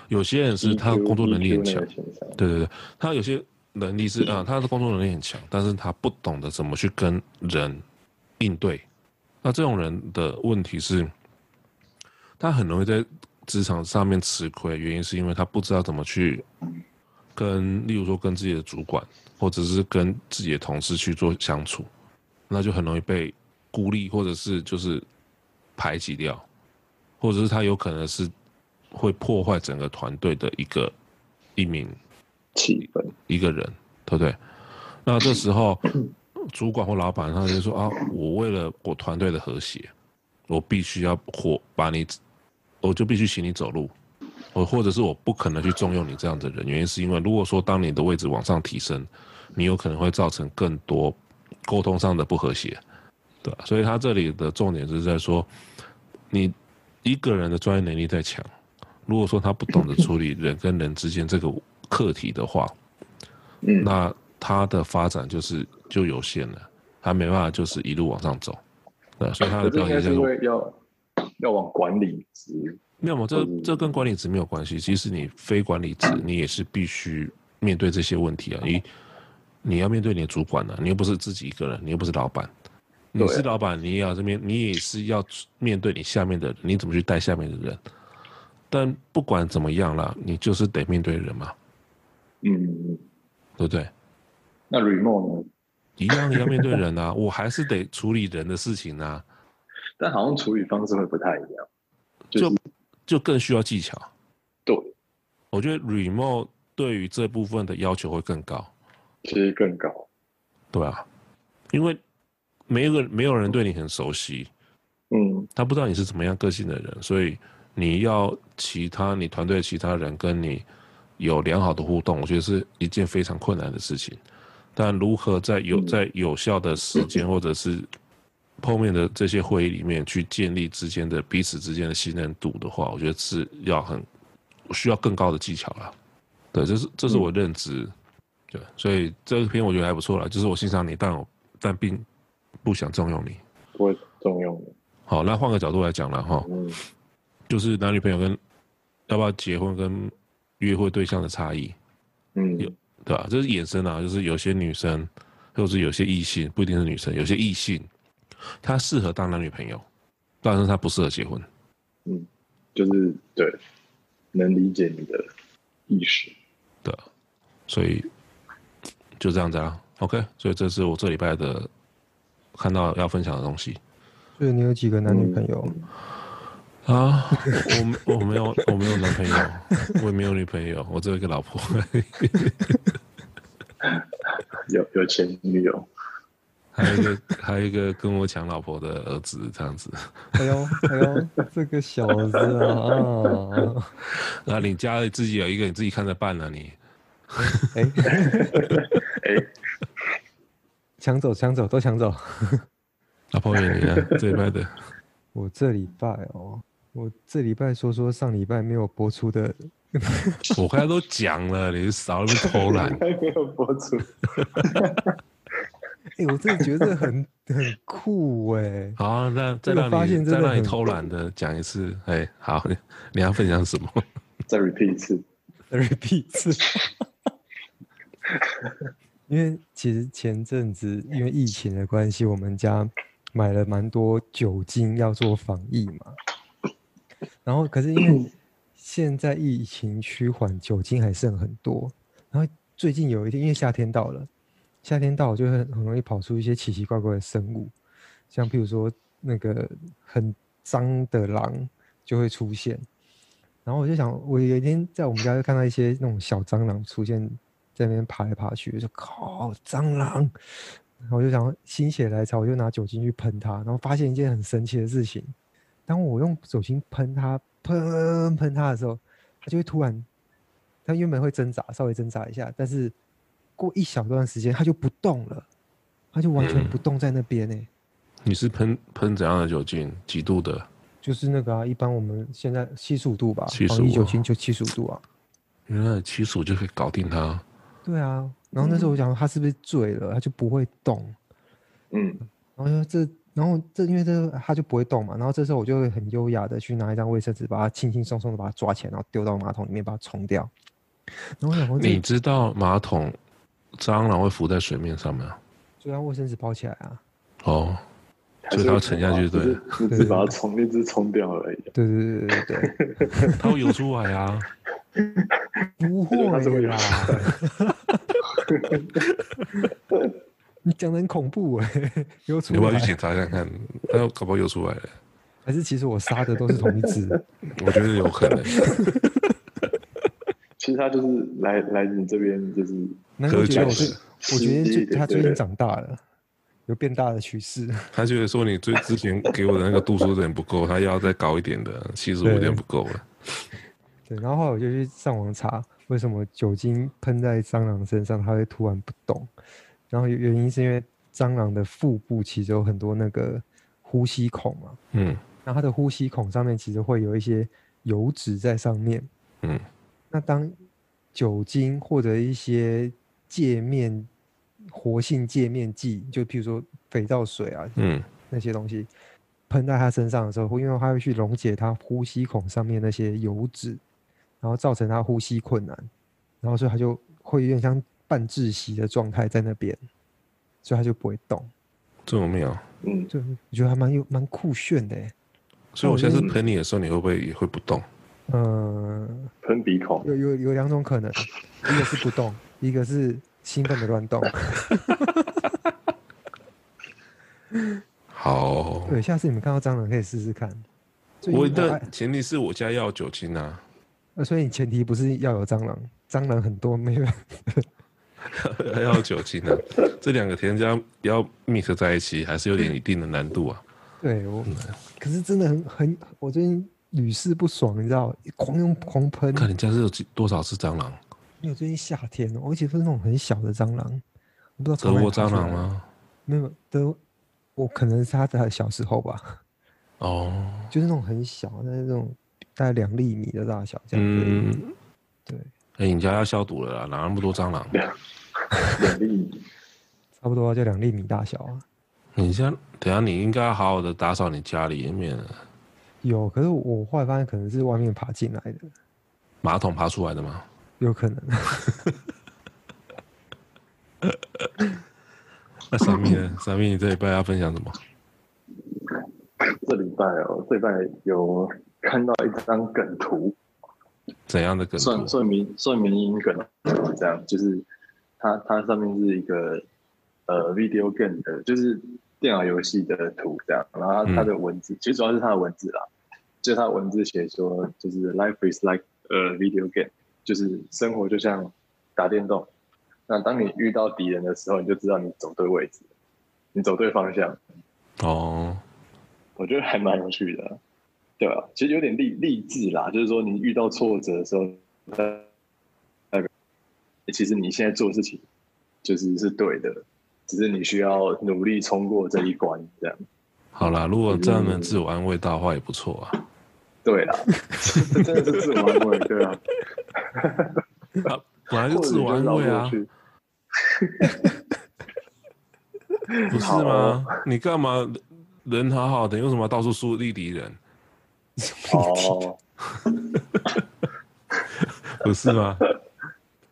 Speaker 1: 有些人是他
Speaker 3: EQ
Speaker 1: 工作能力很
Speaker 3: EQ E 那
Speaker 1: 强
Speaker 3: 个，情商
Speaker 1: 对对对，他有些能力是啊，他的工作能力很强，但是他不懂得怎么去跟人应对。那这种人的问题是，他很容易在职场上面吃亏，原因是因为他不知道怎么去跟，例如说跟自己的主管，或者是跟自己的同事去做相处，那就很容易被孤立，或者是就是排挤掉，或者是他有可能是会破坏整个团队的一个一名
Speaker 3: 气氛，
Speaker 1: 一个人，对不对？那这时候主管或老板他就说啊，我为了我团队的和谐，我必须要活把你，我就必须请你走路，我或者是我不可能去重用你这样的人，原因是因为如果说当你的位置往上提升，你有可能会造成更多沟通上的不和谐，对吧？所以他这里的重点就是在说，你一个人的专业能力再强，如果说他不懂得处
Speaker 3: (laughs)
Speaker 1: 理人跟人之间这个课题的话，
Speaker 3: 嗯，
Speaker 1: 那他的发展就是就有限了，他没办法就是一路往上走，对，啊所以他的
Speaker 3: 可是
Speaker 1: 标
Speaker 3: 应
Speaker 1: 题
Speaker 3: 该
Speaker 1: 就是是
Speaker 3: 因为要要往管理职，
Speaker 1: 没有嘛，这
Speaker 3: 嗯
Speaker 1: 这跟管理职没有关系。即使你非管理职，你也是必须面对这些问题啊。
Speaker 3: 嗯
Speaker 1: 你你要面对你的主管啊，你又不是自己一个人，你又不是老板，你
Speaker 3: 对啊
Speaker 1: 是老板，你也要这边，你也是要面对你下面的人，你怎么去带下面的人？但不管怎么样啦，你就是得面对人嘛，
Speaker 3: 嗯，
Speaker 1: 对不对？
Speaker 3: 那 remote 呢？
Speaker 1: 一样要面对人
Speaker 3: (laughs)
Speaker 1: 啊，我还是得处理人的事情啊。
Speaker 3: 但好像处理方式会不太一样，就
Speaker 1: 就是就更需要技巧。
Speaker 3: 对，
Speaker 1: 我觉得 remote 对于这部分的要求会更高，
Speaker 3: 其实更高，
Speaker 1: 对啊，因为没有个没有人对你很熟悉，
Speaker 3: 嗯，
Speaker 1: 他不知道你是怎么样个性的人，所以你要其他你团队其他人跟你有良好的互动，我觉得是一件非常困难的事情。但如何在有
Speaker 3: 嗯
Speaker 1: 在有效的时间或者是后面的这些会议里面去建立之间的彼此之间的信任度的话，我觉得是要很需要更高的技巧了。对，这是这是我认知。对，所以这篇我觉得还不错啦，就是我欣赏你，但我但并不想重用你。
Speaker 3: 不会重用的，
Speaker 1: 好，那换个角度来讲了哈，
Speaker 3: 嗯，
Speaker 1: 就是男女朋友跟要不要结婚跟约会对象的差异，有
Speaker 3: 嗯，
Speaker 1: 对吧？这是衍生啊，就是有些女生，或者是有些异性，不一定是女生，有些异性，她适合当男女朋友，但是她不适合结婚。
Speaker 3: 就是对，能理解你的意识，
Speaker 1: 对，所以就这样子啊。OK，所以这是我这礼拜的看到要分享的东西
Speaker 2: 所以你有几个男女朋友？
Speaker 1: 啊。我我我没有我没有男朋友，我也没有女朋友，我只有一个老婆。
Speaker 3: 有有前女友，
Speaker 1: 还有一个，还有一个跟我抢老婆的儿子这样子。
Speaker 2: 哎呦哎呦，这个小子啊！啊
Speaker 1: 那你家里自己有一个，你自己看着办了、你。
Speaker 2: 哎，
Speaker 3: 哎、
Speaker 2: (laughs) 抢走抢走都抢走！
Speaker 1: 老婆也
Speaker 2: (laughs)
Speaker 1: 你啊，这一拜的。
Speaker 2: 我这礼拜哦，我这礼拜说说上礼拜没有播出的，
Speaker 1: 我刚才都讲了，你少在那边偷懒。
Speaker 3: (laughs) 还没有播出，
Speaker 2: 哎，我真的觉得很很酷哎！
Speaker 1: 好，啊那再
Speaker 2: 这个
Speaker 1: 让
Speaker 2: 发
Speaker 1: 你
Speaker 2: 现真
Speaker 1: 再
Speaker 2: 的
Speaker 1: 让你
Speaker 2: 很
Speaker 1: 偷懒的讲一次。哎，好， (laughs) 你你要分享什么？ (laughs)
Speaker 3: 再 repeat 一次，
Speaker 2: repeat 因为其实前阵子因为疫情的关系，我们家买了蛮多酒精要做防疫嘛。然后可是因为现在疫情趋缓，酒精还剩很多。然后最近有一天，因为夏天到了，夏天到了就会很很容易跑出一些奇奇怪怪的生物，像譬如说那个很脏的狼就会出现。然后我就想，我有一天在我们家就看到一些那种小蟑螂出现在那边爬来爬去，我就靠蟑螂！然后我就想心血来潮，我就拿酒精去喷它，然后发现一件很神奇的事情：当我用酒精喷它、喷喷它的时候，它就会突然它原本会挣扎，稍微挣扎一下，但是过一小段时间它就不动了，它就完全不动在那边欸呢、
Speaker 1: 你是喷喷怎样的酒精？几度的？
Speaker 2: 就是那个啊，一般我们现在七十五度吧，
Speaker 1: 75
Speaker 2: 防疫酒精就七十五度啊。
Speaker 1: 原来七十五就可以搞定它。
Speaker 2: 对啊，然后那时候我想他是不是醉了，他就不会动，
Speaker 3: 嗯，
Speaker 2: 然后因为这，然后这因为这他就不会动嘛，然后这时候我就会很优雅的去拿一张卫生纸，把它轻轻松松的把它抓起来，然后丢到马桶里面把它冲掉。然后我想说，
Speaker 1: 你
Speaker 2: 这
Speaker 1: 知道马桶蟑螂会浮在水面上吗？
Speaker 2: 就用卫生纸包起来啊。
Speaker 1: 哦，
Speaker 3: 还
Speaker 1: 所
Speaker 3: 是
Speaker 1: 以它沉下去
Speaker 3: 只
Speaker 1: 对
Speaker 3: 是只只是 (laughs) 把它冲，那只冲掉而已。
Speaker 2: 对对对对对对，
Speaker 1: 它会游出来
Speaker 2: (laughs)
Speaker 1: 啊。
Speaker 3: (laughs)
Speaker 2: 不
Speaker 3: 这就是他这么
Speaker 2: 会
Speaker 3: 优
Speaker 2: 啦。 (laughs) 你讲的很恐怖哎、有出
Speaker 1: 你要不要去
Speaker 2: 来？
Speaker 1: 检查看看？它搞不好游出来了，
Speaker 2: 还是其实我杀的都是同一只？
Speaker 1: 我觉得有可能。
Speaker 3: 其实它就是来来你这边就是
Speaker 2: 难怪我觉得我
Speaker 1: 喝酒
Speaker 2: 最，我觉
Speaker 3: 实际
Speaker 2: 得
Speaker 3: 一
Speaker 2: 最
Speaker 3: 点
Speaker 2: 他最
Speaker 3: 对
Speaker 2: 近长大了，有变大的趋势。
Speaker 1: 他就会说你最之前给我的那个度数有点不够，他要再高一点的，七十五
Speaker 2: 对
Speaker 1: 有点不够了。
Speaker 2: 对，然后后来我就去上网查为什么酒精喷在蟑螂身上它会突然不动，然后原因是因为蟑螂的腹部其实有很多那个呼吸孔嘛，
Speaker 1: 嗯
Speaker 2: 那它的呼吸孔上面其实会有一些油脂在上面，
Speaker 1: 嗯，
Speaker 2: 那当酒精或者一些界面活性界面剂，就譬如说肥皂水啊，
Speaker 1: 嗯
Speaker 2: 那些东西喷在他身上的时候，会因为它会去溶解他呼吸孔上面那些油脂，然后造成他呼吸困难，然后所以他就会有点像半窒息的状态在那边，所以他就不会动。
Speaker 1: 这种没有。
Speaker 3: 嗯，
Speaker 2: 就我觉得还蛮有蛮酷炫的欸，
Speaker 1: 所以我下次
Speaker 3: 嗯
Speaker 1: 喷你的时候，你会不会也会不动？
Speaker 2: 嗯、
Speaker 3: 喷鼻孔，
Speaker 2: 有有有两种可能，一个是不动，一个是兴奋的乱动。 (laughs)
Speaker 1: 好，
Speaker 2: 对，下次你们看到蟑螂可以试试看。最
Speaker 1: 我
Speaker 2: 近
Speaker 1: 的
Speaker 2: 爱
Speaker 1: 前提是我家要有酒精啊， (laughs)
Speaker 2: 呃所以前提不是要有蟑螂，蟑螂很多没有。
Speaker 1: 要有酒精啊，这两个添加要 mix 在一起，还是有点一定的难度啊。
Speaker 2: 对我，可是真的很很，我最近屡试不爽，你知道，狂用狂喷。
Speaker 1: 看你家是有几多少只蟑螂？
Speaker 2: 因为我最近夏天哦，而且都是那种很小的蟑螂，我不知
Speaker 1: 德
Speaker 2: 道从哪里
Speaker 1: 国
Speaker 2: 跑
Speaker 1: 蟑
Speaker 2: 出
Speaker 1: 螂
Speaker 2: 来的？
Speaker 1: 吗？
Speaker 2: 没有德，我可能是他的小时候吧，
Speaker 1: 哦，
Speaker 2: 就是那种很小，但是那种大概两厘米的大小这样子。
Speaker 1: 嗯，
Speaker 2: 对，
Speaker 1: 哎、你家要消毒了啦，哪那么多蟑螂？
Speaker 3: 两粒，
Speaker 2: 差不多就两厘米大小啊。
Speaker 1: 你家等一下你应该好好的打扫你家里面的
Speaker 2: 有，可是我后来发现可能是外面爬进来的，
Speaker 1: 马桶爬出来的吗？ (laughs)
Speaker 2: 有可能。
Speaker 1: 那神秘
Speaker 2: (laughs)
Speaker 1: 呢？神秘，你这礼拜要分享什么？
Speaker 3: 这礼拜哦，这礼拜有看到一张梗图，
Speaker 1: 怎样的梗
Speaker 3: 算
Speaker 1: 图？
Speaker 3: 算民算民音梗图，这样就是它它上面是一个呃 video game 的，就是电脑游戏的图这样，然后它它的文字、其实主要是它的文字啦，就它的文字写说就是 life is like a video game，就是生活就像打电动，那当你遇到敌人的时候，你就知道你走对位置，你走对方向。
Speaker 1: 哦，
Speaker 3: 我觉得还蛮有趣的，对啊，其实有点励励志啦，就是说你遇到挫折的时候，代代表其实你现在做的事情就是是对的，只是你需要努力冲过这一关，这样
Speaker 1: 好啦，如果这样能自我安慰到的话，也不错啊。
Speaker 3: 对啦， (laughs) 真的是自我安慰，对啊，
Speaker 2: 嗯
Speaker 1: 啊本来就
Speaker 3: 或者
Speaker 1: 自我安慰啊
Speaker 3: 你就绕过，去
Speaker 1: 不是
Speaker 3: 好
Speaker 1: 吗
Speaker 2: 啊
Speaker 3: 哦？
Speaker 1: 你干嘛人好好的，你为什么要到处树立敌人？
Speaker 3: 哦，
Speaker 1: 不是
Speaker 2: (laughs)
Speaker 1: 吗？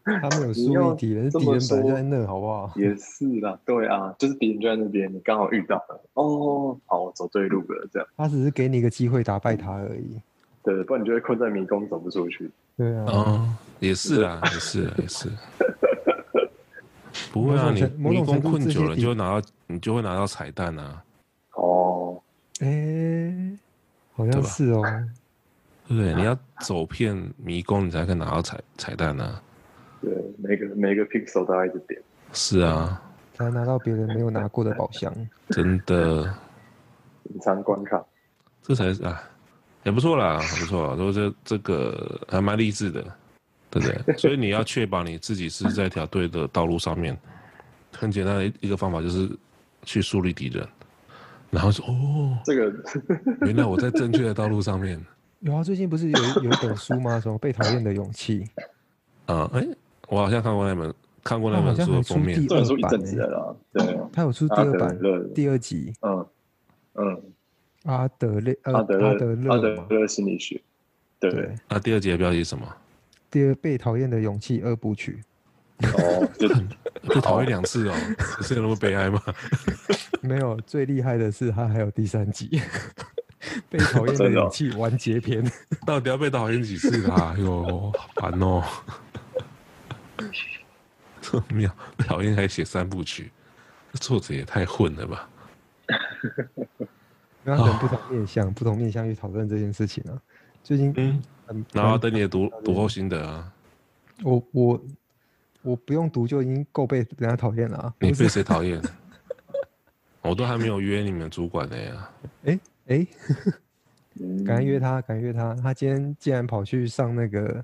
Speaker 2: 他们有
Speaker 3: 你
Speaker 2: 树
Speaker 3: 要
Speaker 2: 立敌人，
Speaker 3: 这
Speaker 2: 敌
Speaker 3: 么
Speaker 2: 人本来就
Speaker 3: 说
Speaker 2: 在那，好不好？
Speaker 3: 也是啦，对啊，就是敌人就在那边，你刚好遇到了，哦，好，我走对路了，这样，
Speaker 2: 他只是给你一个机会打败他而已。
Speaker 3: 对，不然你就会困在迷宫走不出去，
Speaker 2: 对啊。
Speaker 1: 哦，也是啦，也是啦，也是。不会啊，
Speaker 2: (laughs) 某种
Speaker 1: 你
Speaker 2: 程某
Speaker 1: 迷
Speaker 2: 种
Speaker 1: 宫
Speaker 2: 程度
Speaker 1: 困久了，你
Speaker 2: 这些敌
Speaker 1: 就会拿到，你就会拿到彩蛋啊，
Speaker 3: 哦，
Speaker 2: 哎、好
Speaker 1: 对
Speaker 2: 像
Speaker 1: 吧
Speaker 2: 是哦。
Speaker 1: 对
Speaker 2: 啊
Speaker 1: 不对？你要走遍迷宫，你才可以拿到彩彩蛋啊。
Speaker 3: 对，每个每个 pixel 都要一直点。
Speaker 1: 是啊，
Speaker 2: 才拿到别人没有拿过的宝箱。
Speaker 1: 真的。
Speaker 3: 隐藏关卡，
Speaker 1: 这才是啊，也不错啦，还不错啦。说这这个还蛮励志的，对不
Speaker 2: (laughs)
Speaker 1: 对？所以你要确保你自己是在一条对的道路上面。很简单的一一个方法就是去树立敌人，然后说哦，
Speaker 3: 这个
Speaker 1: 原来我在正确的道路上面。 (laughs)
Speaker 2: 有啊，最近不是有一有一本书吗？什么被讨厌的勇气？
Speaker 1: 啊、哎，我好像看过那本看过那
Speaker 2: 哦好
Speaker 1: 本
Speaker 2: 像
Speaker 1: 书的
Speaker 2: 还出
Speaker 1: 封面
Speaker 2: 第欸
Speaker 3: 这本书一阵子了啦，对啊，
Speaker 2: 他有出第
Speaker 3: 阿
Speaker 2: 二
Speaker 3: 德
Speaker 2: 版
Speaker 3: 勒，
Speaker 2: 第二集
Speaker 3: 嗯嗯，
Speaker 2: 阿德勒呃
Speaker 3: 阿德勒
Speaker 2: 德
Speaker 3: 阿
Speaker 2: 勒
Speaker 3: 德
Speaker 2: 嘛，
Speaker 3: 勒心理学，对不对
Speaker 2: 对？，
Speaker 1: 啊。第二节的标题是什么？
Speaker 2: 第二被讨厌的勇气二部曲，
Speaker 3: 哦，就
Speaker 1: 被讨厌两次哦， (laughs) 是有那么悲哀吗？
Speaker 2: 没有最厉害的是他还有第三集 (laughs) 被讨厌的
Speaker 3: 真的哦
Speaker 2: 勇气完
Speaker 1: (laughs)
Speaker 2: 结篇。
Speaker 1: 到底要被讨厌几次啊？哟，好烦哦！ (laughs) 这么妙，讨厌还写三部曲，这作者也太混了吧！
Speaker 2: 因为他可能不同面向、不同面向去讨论这件事情啊。最近
Speaker 1: 嗯，
Speaker 2: 很，
Speaker 1: 然后
Speaker 2: 很
Speaker 1: 等你的读读后心得啊，
Speaker 2: 我我我不用读就已经够被人家讨厌了啊。
Speaker 1: 你
Speaker 2: 不是
Speaker 1: 被谁讨厌？ (laughs) 我都还没有约你们主管呢呀、
Speaker 2: 哎， (laughs)
Speaker 3: 嗯
Speaker 2: 赶快约他，赶快约他。他今天竟然跑去上那个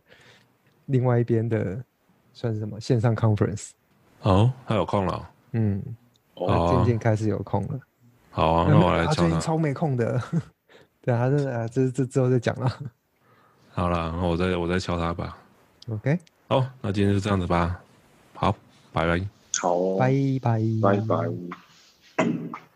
Speaker 2: 另外一边的算是什么线上 conference，
Speaker 1: 哦，他有空了哦，
Speaker 2: 嗯，
Speaker 1: 哦
Speaker 2: 他渐渐开始有空了。
Speaker 1: 好啊，
Speaker 2: 那
Speaker 1: 那
Speaker 2: 没
Speaker 1: 我
Speaker 2: 有
Speaker 1: 来
Speaker 2: 他
Speaker 1: 敲
Speaker 2: 最
Speaker 1: 他。
Speaker 2: 近超没空的。 (laughs) 对啊，这啊，这这之后再讲了。
Speaker 1: 好了，那我再我再敲他吧。
Speaker 2: OK，
Speaker 1: 好，那今天就这样子吧。好，拜拜。
Speaker 3: 好哦，
Speaker 2: 拜拜
Speaker 3: 拜拜。